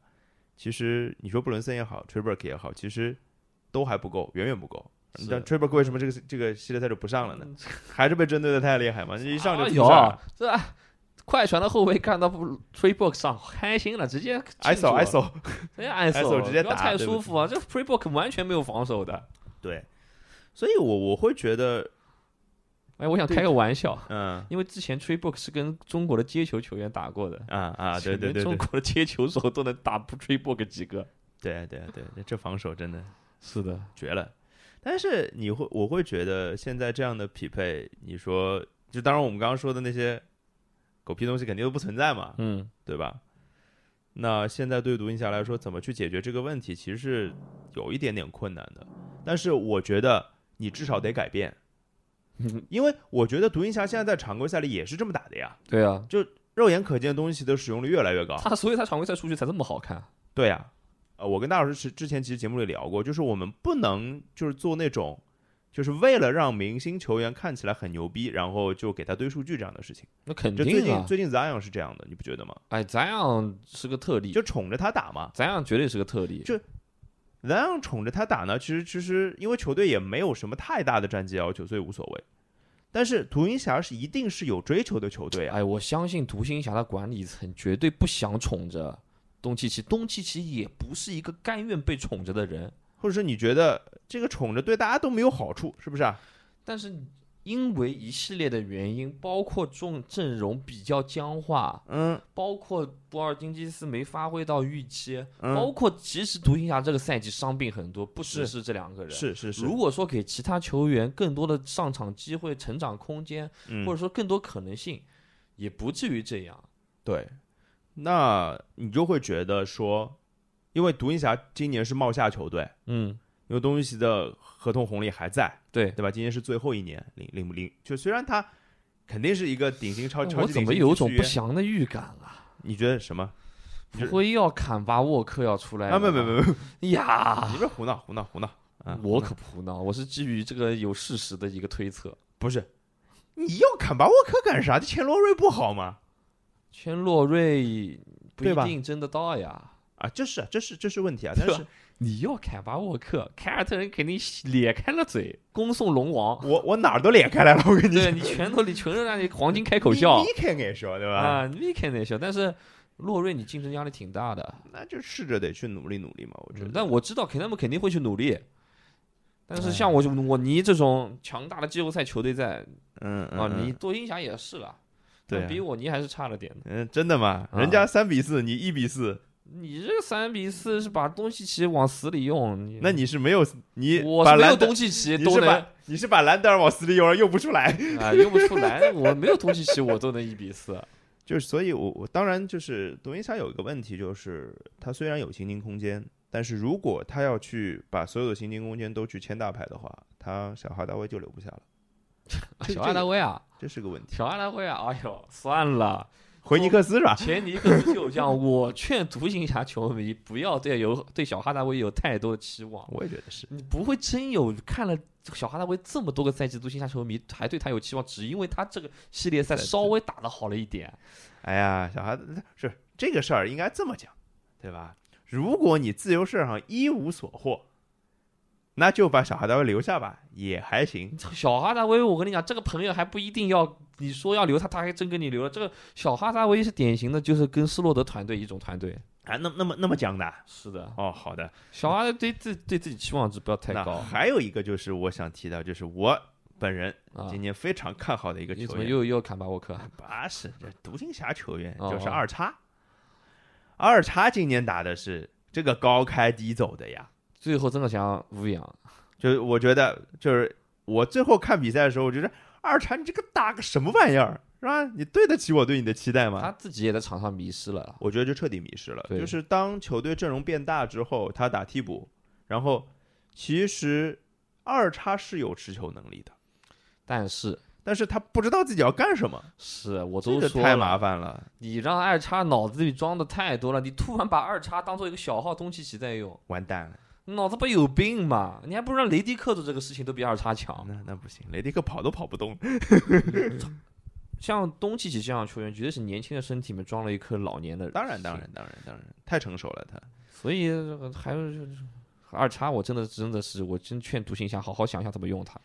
Speaker 1: 其实你说布伦森也好 t r i b e r k 也好，其实都还不够，远远不够。
Speaker 2: 是
Speaker 1: 你知道 t r i b e r k 为什么这个这个系列赛就不上了呢？还是被针对的太厉害嘛，一上就
Speaker 2: 哎
Speaker 1: 出事
Speaker 2: 呦
Speaker 1: 儿了。，
Speaker 2: 这嗯啊快船的后卫看到不 free book 上开心了，直接
Speaker 1: i s o i s
Speaker 2: 手
Speaker 1: o
Speaker 2: 直接挨手，
Speaker 1: ISO 哎直接
Speaker 2: 不要
Speaker 1: 打
Speaker 2: 太
Speaker 1: 对不
Speaker 2: 舒服啊！这 free book 完全没有防守的。
Speaker 1: 对，所以我我会觉得，
Speaker 2: 哎，我想开个玩笑，
Speaker 1: 嗯
Speaker 2: 因为之前 free book 是跟中国的接球球员打过的
Speaker 1: 啊啊，对对
Speaker 2: 连
Speaker 1: 对
Speaker 2: 中
Speaker 1: 对
Speaker 2: 国的接球手都能打不 free book 几个。
Speaker 1: 对对对对，这防守真的
Speaker 2: 是的，
Speaker 1: 绝了。但是你会，我会觉得现在这样的匹配，你说，就当然我们刚刚说的那些狗屁东西肯定都不存在嘛，
Speaker 2: 嗯，
Speaker 1: 对吧？那现在对独行侠来说，怎么去解决这个问题，其实是有一点点困难的。但是我觉得你至少得改变，因为我觉得独行侠现在在常规赛里也是这么打的呀，
Speaker 2: 对啊，
Speaker 1: 肉眼可见的东西的使用率越来越高。
Speaker 2: 他所以他常规赛数据才这么好看。
Speaker 1: 对呀、呃，我跟大老师之之前其实节目里聊过，就是我们不能就是做那种，就是为了让明星球员看起来很牛逼，然后就给他堆数据这样的事情。
Speaker 2: 那肯
Speaker 1: 就最
Speaker 2: 定
Speaker 1: 近
Speaker 2: 啊，
Speaker 1: 最近 Zion 是这样的，你不觉得吗？
Speaker 2: 哎，咱俩是个特例，
Speaker 1: 就宠着他打嘛
Speaker 2: 咱俩绝对是个特例。
Speaker 1: 就，Zion 宠着他打呢，其实其实因为球队也没有什么太大的战绩要求，所以无所谓。但是独行侠是一定是有追求的球队啊，
Speaker 2: 哎，我相信独行侠的管理层绝对不想宠着东契奇，东契奇也不是一个甘愿被宠着的人。
Speaker 1: 或者说你觉得这个宠着对大家都没有好处，是不是啊？
Speaker 2: 但是因为一系列的原因，包括重阵容比较僵化，
Speaker 1: 嗯
Speaker 2: 包括博尔津基斯没发挥到预期，包
Speaker 1: 嗯，
Speaker 2: 括其实独行侠这个赛季伤病很多，不只
Speaker 1: 是
Speaker 2: 是这两个人。
Speaker 1: 是是是，
Speaker 2: 如果说给其他球员更多的上场机会、成长空间，
Speaker 1: 嗯
Speaker 2: 或者说更多可能性，也不至于这样。
Speaker 1: 对，那你就会觉得说，因为独行侠今年是帽下球队，
Speaker 2: 嗯，
Speaker 1: 因为东契奇的合同红利还在，
Speaker 2: 对。
Speaker 1: 对吧？今年是最后一年，领领不领？就虽然他肯定是一个顶薪超超
Speaker 2: 哎我
Speaker 1: 级
Speaker 2: 怎
Speaker 1: 顶
Speaker 2: 么
Speaker 1: 薪
Speaker 2: 有
Speaker 1: 去
Speaker 2: 种
Speaker 1: 续
Speaker 2: 不
Speaker 1: 约，
Speaker 2: 祥的预感啊？
Speaker 1: 你觉得什么？
Speaker 2: 不会要坎巴沃克要出来了
Speaker 1: 啊，没
Speaker 2: 吧？
Speaker 1: 有没有没有，没有
Speaker 2: 呀
Speaker 1: 你！这胡闹胡闹胡闹！啊
Speaker 2: 啊嗯我
Speaker 1: 胡闹
Speaker 2: 可不胡闹，我是基于这个有事实的一个推测。
Speaker 1: 不是，你要砍巴沃克干啥？这钱罗瑞不好吗？
Speaker 2: 圈洛瑞不
Speaker 1: 对
Speaker 2: 一
Speaker 1: 吧
Speaker 2: 定争得到呀。
Speaker 1: 啊，这是这是这是问题啊！
Speaker 2: 对
Speaker 1: 但
Speaker 2: 吧
Speaker 1: 是
Speaker 2: 哎你要坎巴沃克，凯尔特人肯定咧开了嘴，恭送龙王。
Speaker 1: 我我哪儿都咧开来了，我跟你
Speaker 2: 对
Speaker 1: 讲，
Speaker 2: 你拳头里全都让你黄金开口
Speaker 1: 你
Speaker 2: 笑
Speaker 1: 你肯给说对吧？
Speaker 2: 啊，你肯定笑。但是洛瑞你竞争压力挺大的，
Speaker 1: 那就试着得去努力努力嘛，我觉得。
Speaker 2: 但我知道肯他们肯定会去努力。但是像我我尼这种强大的季后赛球队在
Speaker 1: 嗯
Speaker 2: 啊，
Speaker 1: 嗯嗯
Speaker 2: 你多英侠也是了，
Speaker 1: 对
Speaker 2: 但
Speaker 1: 啊
Speaker 2: 比我尼还是差了点的。
Speaker 1: 嗯，真的吗？
Speaker 2: 啊
Speaker 1: 人家三比四，你一比四，
Speaker 2: 你这个三比四是把东契奇往死里用，你
Speaker 1: 那你是没有你
Speaker 2: 嗯我
Speaker 1: 把
Speaker 2: 是没有
Speaker 1: 兰德
Speaker 2: 东契奇
Speaker 1: 你
Speaker 2: 都
Speaker 1: 是
Speaker 2: 能
Speaker 1: 把你是把兰德尔往死里游，又不出来。
Speaker 2: 啊用不出来，我没有东契奇我都能一比四。啊
Speaker 1: 就是，所以我我当然就是独行侠有一个问题，就是他虽然有薪金空间，但是如果他要去把所有的薪金空间都去签大牌的话，他小哈达威就留不下了，这
Speaker 2: 小阿拉威啊，
Speaker 1: 这是个问题。
Speaker 2: 小阿拉威啊，哎呦，算了，
Speaker 1: 回尼克斯是吧？
Speaker 2: 前尼克斯就这样。我劝独行侠球迷不要对有对小哈达威有太多的期望。
Speaker 1: 我也觉得是。
Speaker 2: 你不会真有看了小哈达威这么多个赛季，独行侠球迷还对他有期望，只因为他这个系列赛
Speaker 1: 对
Speaker 2: 稍微打的好了一点。
Speaker 1: 哎呀，小孩子是这个事儿应该这么讲，对吧？如果你自由市场一无所获，那就把小孩单位留下吧，也还行。
Speaker 2: 小哈达威，我跟你讲，这个朋友还不一定要你说要留他，他还真跟你留了。这个小哈达威是典型的，就是跟斯洛德团队一种团队。
Speaker 1: 啊，那那么那么讲的
Speaker 2: 是的，
Speaker 1: 哦，好的。
Speaker 2: 小哈达威对自对自己期望值不要太
Speaker 1: 那
Speaker 2: 高
Speaker 1: 还有一个就是我想提到，就是我本人
Speaker 2: 啊。
Speaker 1: 今年非常看好的一个
Speaker 2: 你
Speaker 1: 球
Speaker 2: 怎么
Speaker 1: 员，
Speaker 2: 又又砍巴沃克？
Speaker 1: 不是这独行侠球员，
Speaker 2: 哦
Speaker 1: 就是
Speaker 2: 哦
Speaker 1: 二叉。二叉今年打的是这个高开低走的呀，
Speaker 2: 最后真的想无氧，
Speaker 1: 就是我觉得，就是我最后看比赛的时候，我觉得二茬你这个打个什么玩意儿，是吧？你对得起我对你的期待
Speaker 2: 他
Speaker 1: 吗？
Speaker 2: 自己也在场上迷失了。
Speaker 1: 我觉得就彻底迷失了。
Speaker 2: 对
Speaker 1: 就是当球队阵容变大之后，他打替补，然后其实二叉是有持球能力的，
Speaker 2: 但是
Speaker 1: 但是他不知道自己要干什么，
Speaker 2: 是我
Speaker 1: 这
Speaker 2: 都
Speaker 1: 个
Speaker 2: 说
Speaker 1: 太
Speaker 2: 了，
Speaker 1: 麻烦了。
Speaker 2: 你让二叉脑子里装的太多了，你突然把二叉当做一个小号东契奇在用，
Speaker 1: 完蛋了，
Speaker 2: 脑子不有病吗？你还不如让雷迪克做这个事情都比二叉强。
Speaker 1: 那那不行，雷迪克跑都跑不动。
Speaker 2: 像东契奇这样的球员，绝对是年轻的身体里面装了一颗老年的。
Speaker 1: 当然，当然，，当然，当然，太成熟了，他
Speaker 2: 所以呃还有就是二叉，我真的真的是我真劝独行侠好好想一下怎么用它。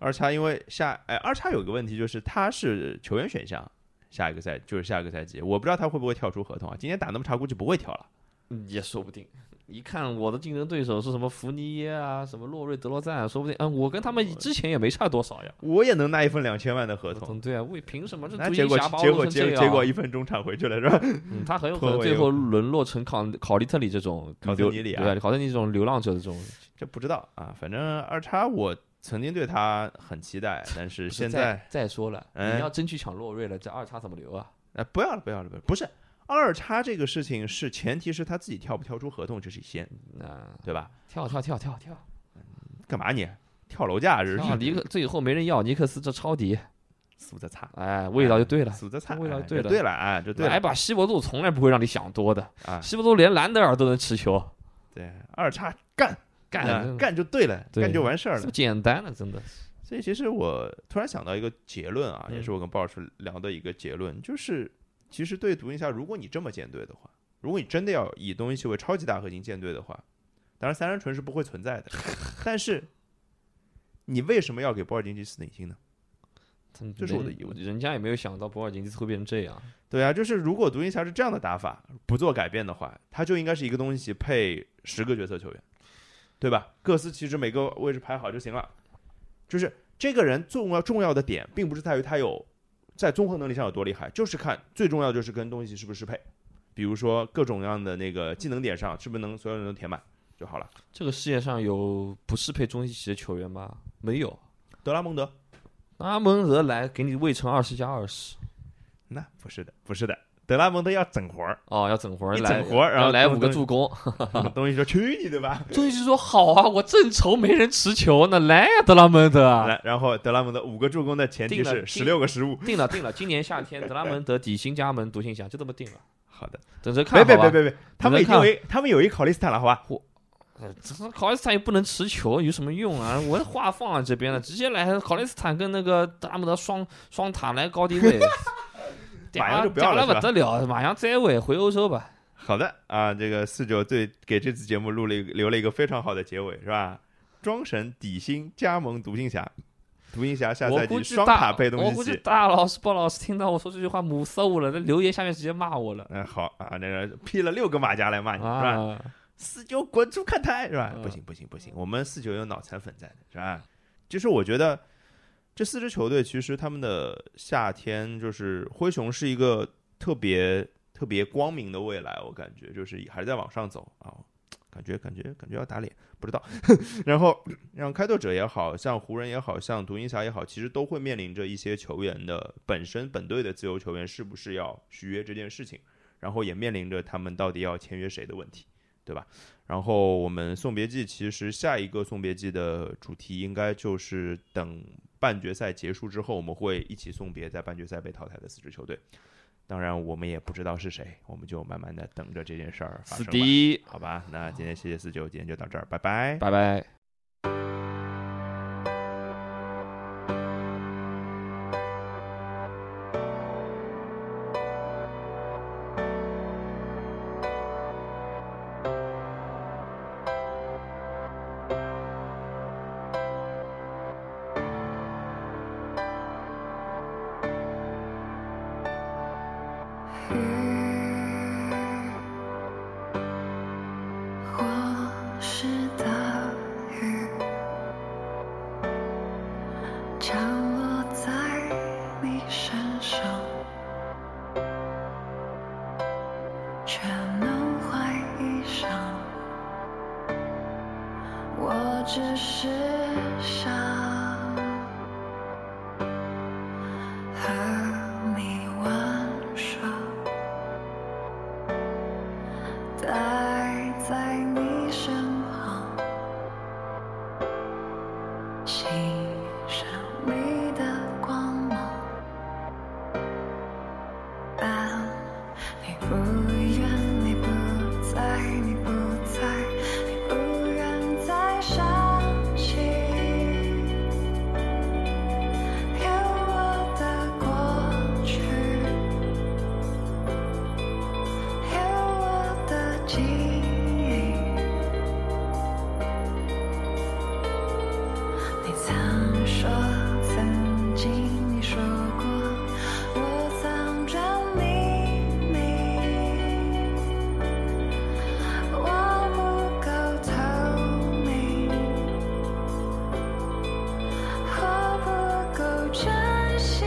Speaker 1: 二叉，因为下哎，二叉有一个问题就是他是球员选项，下一个赛就是下一个赛季，我不知道他会不会跳出合同啊。今天打那么差，估计不会跳了。
Speaker 2: 嗯也说不定。一看我的竞争对手是什么福尼耶啊，什么洛瑞德罗赞、啊，说不定，嗯，我跟他们之前也没差多少呀。
Speaker 1: 我也能拿一份两千万的合同，
Speaker 2: 嗯，对啊，为凭什么这
Speaker 1: 那
Speaker 2: 独
Speaker 1: 结
Speaker 2: 行
Speaker 1: 果
Speaker 2: 侠把我
Speaker 1: 结
Speaker 2: 弄
Speaker 1: 果
Speaker 2: 成这
Speaker 1: 结
Speaker 2: 样？啊
Speaker 1: 结果一分钟铲回去了是吧？
Speaker 2: 嗯，他很有可能
Speaker 1: 脱
Speaker 2: 最
Speaker 1: 尾
Speaker 2: 后沦落成考考利特里这种
Speaker 1: 考
Speaker 2: 流
Speaker 1: 特尼里啊
Speaker 2: 对，考特尼这种流浪者的这种，
Speaker 1: 这不知道啊，反正二叉我曾经对他很期待，但是
Speaker 2: 不是
Speaker 1: 现在
Speaker 2: 再再说了，
Speaker 1: 哎
Speaker 2: 你要真去抢洛瑞了，这二叉怎么留啊？
Speaker 1: 哎，不要了，不要了，不要了不是二叉这个事情是前提是他自己跳不跳出合同，这是一先，
Speaker 2: 那
Speaker 1: 对吧？
Speaker 2: 跳跳跳跳跳，
Speaker 1: 干嘛你跳楼价这
Speaker 2: 啊，
Speaker 1: 是
Speaker 2: 尼克最后没人要，尼克斯这抄底，
Speaker 1: 数着擦，
Speaker 2: 哎，味道就对了。
Speaker 1: 数着擦，
Speaker 2: 味道
Speaker 1: 哎
Speaker 2: 对
Speaker 1: 这
Speaker 2: 了
Speaker 1: 对了啊，这对
Speaker 2: 来
Speaker 1: 了
Speaker 2: 吧，西伯杜从来不会让你想多的，
Speaker 1: 啊，
Speaker 2: 西伯杜连兰德尔都能持球，
Speaker 1: 对二叉干
Speaker 2: 干
Speaker 1: 啊干就对了，
Speaker 2: 对
Speaker 1: 干就完事儿
Speaker 2: 这么
Speaker 1: 了。
Speaker 2: 简单了，真的是。
Speaker 1: 所以其实我突然想到一个结论啊，
Speaker 2: 嗯
Speaker 1: 也是我跟鲍老师聊的一个结论，就是其实对独行侠，如果你这么舰队的话，如果你真的要以东契奇为超级大核心舰队的话，当然三人纯是不会存在的， 但是你为什么要给波尔津吉斯领薪呢？
Speaker 2: 他们
Speaker 1: 这是我的
Speaker 2: 人
Speaker 1: 疑问
Speaker 2: 人家也没有想到博尔津斯会变成这样。
Speaker 1: 对啊，就是如果独行侠是这样的打法，不做改变的话，他就应该是一个东西配十个角色球员，对吧？各司其职，每个位置排好就行了。就是这个人重要重要的点，并不是在于他有在综合能力上有多厉害，就是看最重要的就是跟东西是不是适配，比如说各种各样的那个技能点上，是不是能所有人都填满就好了。
Speaker 2: 这个世界上有不适配中西奇的球员吗？没有。
Speaker 1: 德拉蒙德，
Speaker 2: 阿蒙德来给你喂成二十加二十
Speaker 1: 那不是的，不是的，德拉蒙德要整活儿，
Speaker 2: 哦，要整活儿
Speaker 1: 一
Speaker 2: 来
Speaker 1: 整活儿然后
Speaker 2: 要来
Speaker 1: 东
Speaker 2: 五个
Speaker 1: 东
Speaker 2: 助攻。
Speaker 1: 东西说去你的吧，
Speaker 2: 中西奇说好啊，我正愁没人持球呢，来呀、德拉蒙德啊，
Speaker 1: 来，然后德拉蒙德五个助攻的前提
Speaker 2: 定了
Speaker 1: 是十
Speaker 2: 定
Speaker 1: 六个失误。
Speaker 2: 定了定了，今年夏天德拉蒙德底薪加盟独行侠就这么定了，
Speaker 1: 好的，
Speaker 2: 等着看
Speaker 1: 别
Speaker 2: 好吧。
Speaker 1: 别别别别，他们已
Speaker 2: 你
Speaker 1: 经
Speaker 2: 能
Speaker 1: 有一他们有一考利斯坦了，好吧？
Speaker 2: 这考利斯坦也不能持球，有什么用 啊？我的话放在这边了，直接来考利斯坦跟那个德拉蒙德双双塔来高低 位，
Speaker 1: 马上就不要了
Speaker 2: 了
Speaker 1: 是吧
Speaker 2: 不得了，马上摘位回欧洲吧。
Speaker 1: 好的啊，这个四九对给这次节目录了一个留了一个非常好的结尾，是吧？庄神底薪加盟独行侠，独行侠下
Speaker 2: 我
Speaker 1: 赛
Speaker 2: 估
Speaker 1: 季
Speaker 2: 计
Speaker 1: 双
Speaker 2: 大
Speaker 1: 塔配
Speaker 2: 我
Speaker 1: 东
Speaker 2: 估
Speaker 1: 契
Speaker 2: 计
Speaker 1: 奇。
Speaker 2: 大老师、鲍老师听到我说这句话母搜了，在留言下面直接骂我了
Speaker 1: 嗯，好啊，那个劈了六个马甲来骂你哎是吧？
Speaker 2: 啊！
Speaker 1: 四九滚出看台是吧？
Speaker 2: 嗯
Speaker 1: 不行不行不行，我们四九有脑残粉在的是吧？就是我觉得这四支球队其实他们的夏天就是灰熊是一个特别特别光明的未来，我感觉就是还是在往上走啊，感觉感觉感觉要打脸，不知道。然后让开拓者也好像湖人也好像独行侠也好，其实都会面临着一些球员的本身本队的自由球员是不是要续约这件事情，然后也面临着他们到底要签约谁的问题，对吧？然后我们送别季其实下一个送别季的主题应该就是等半决赛结束之后，我们会一起送别在半决赛被淘汰的四支球队。当然，我们也不知道是谁，我们就慢慢的等着这件事儿发
Speaker 2: 死
Speaker 1: 生吧。
Speaker 2: 敌，
Speaker 1: 好吧，那今天谢谢四九，今天就到这儿，拜拜。
Speaker 2: 拜拜。
Speaker 3: 我是大雨，降落在你身上，却能怀疑上，我只是想和你玩耍。待在你身旁，欣赏你的光芒，但你不愿，你不在，你不在，你不愿再想起有我的过珍惜。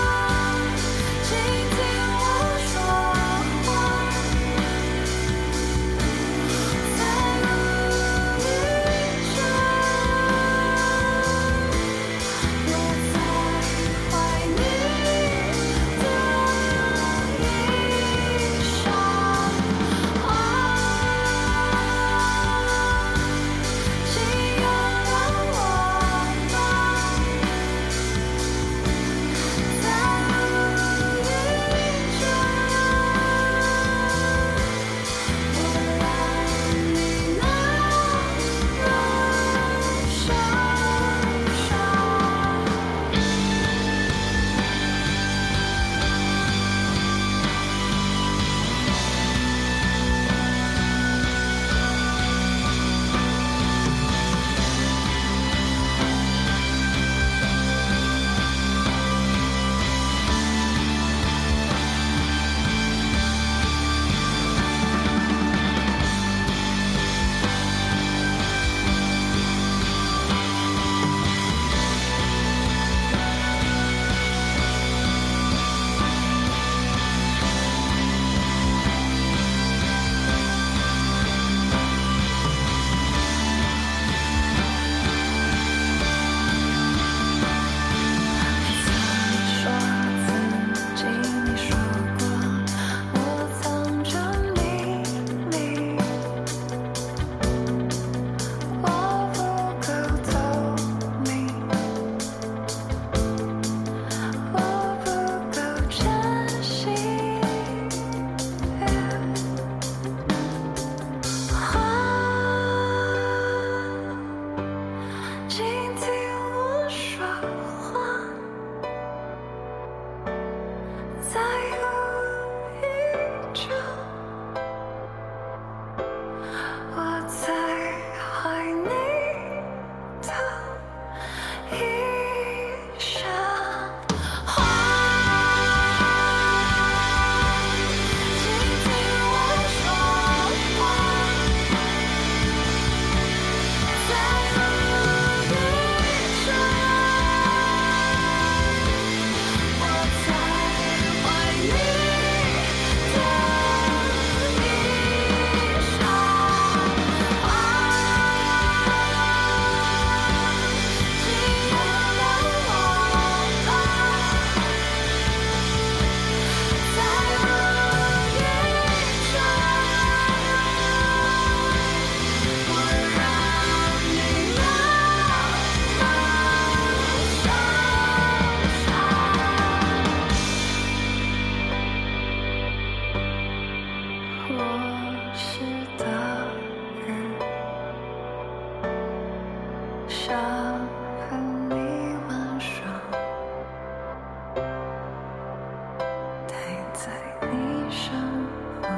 Speaker 3: 倾听我说话，在宇宙，我在怀你的一生啊，请原谅我吧。在宇宙，我让你难忍受伤。说自己，你说过，我藏着秘密，我不够透明，我不够真心。啊，请听我说话。在无意中，我在怀你的一生花。请听我说话，在无意中。我在怀你的一生啊，请原谅我吧，在无意中，我让你难受伤。我是大人，想和你玩耍，待在你身旁。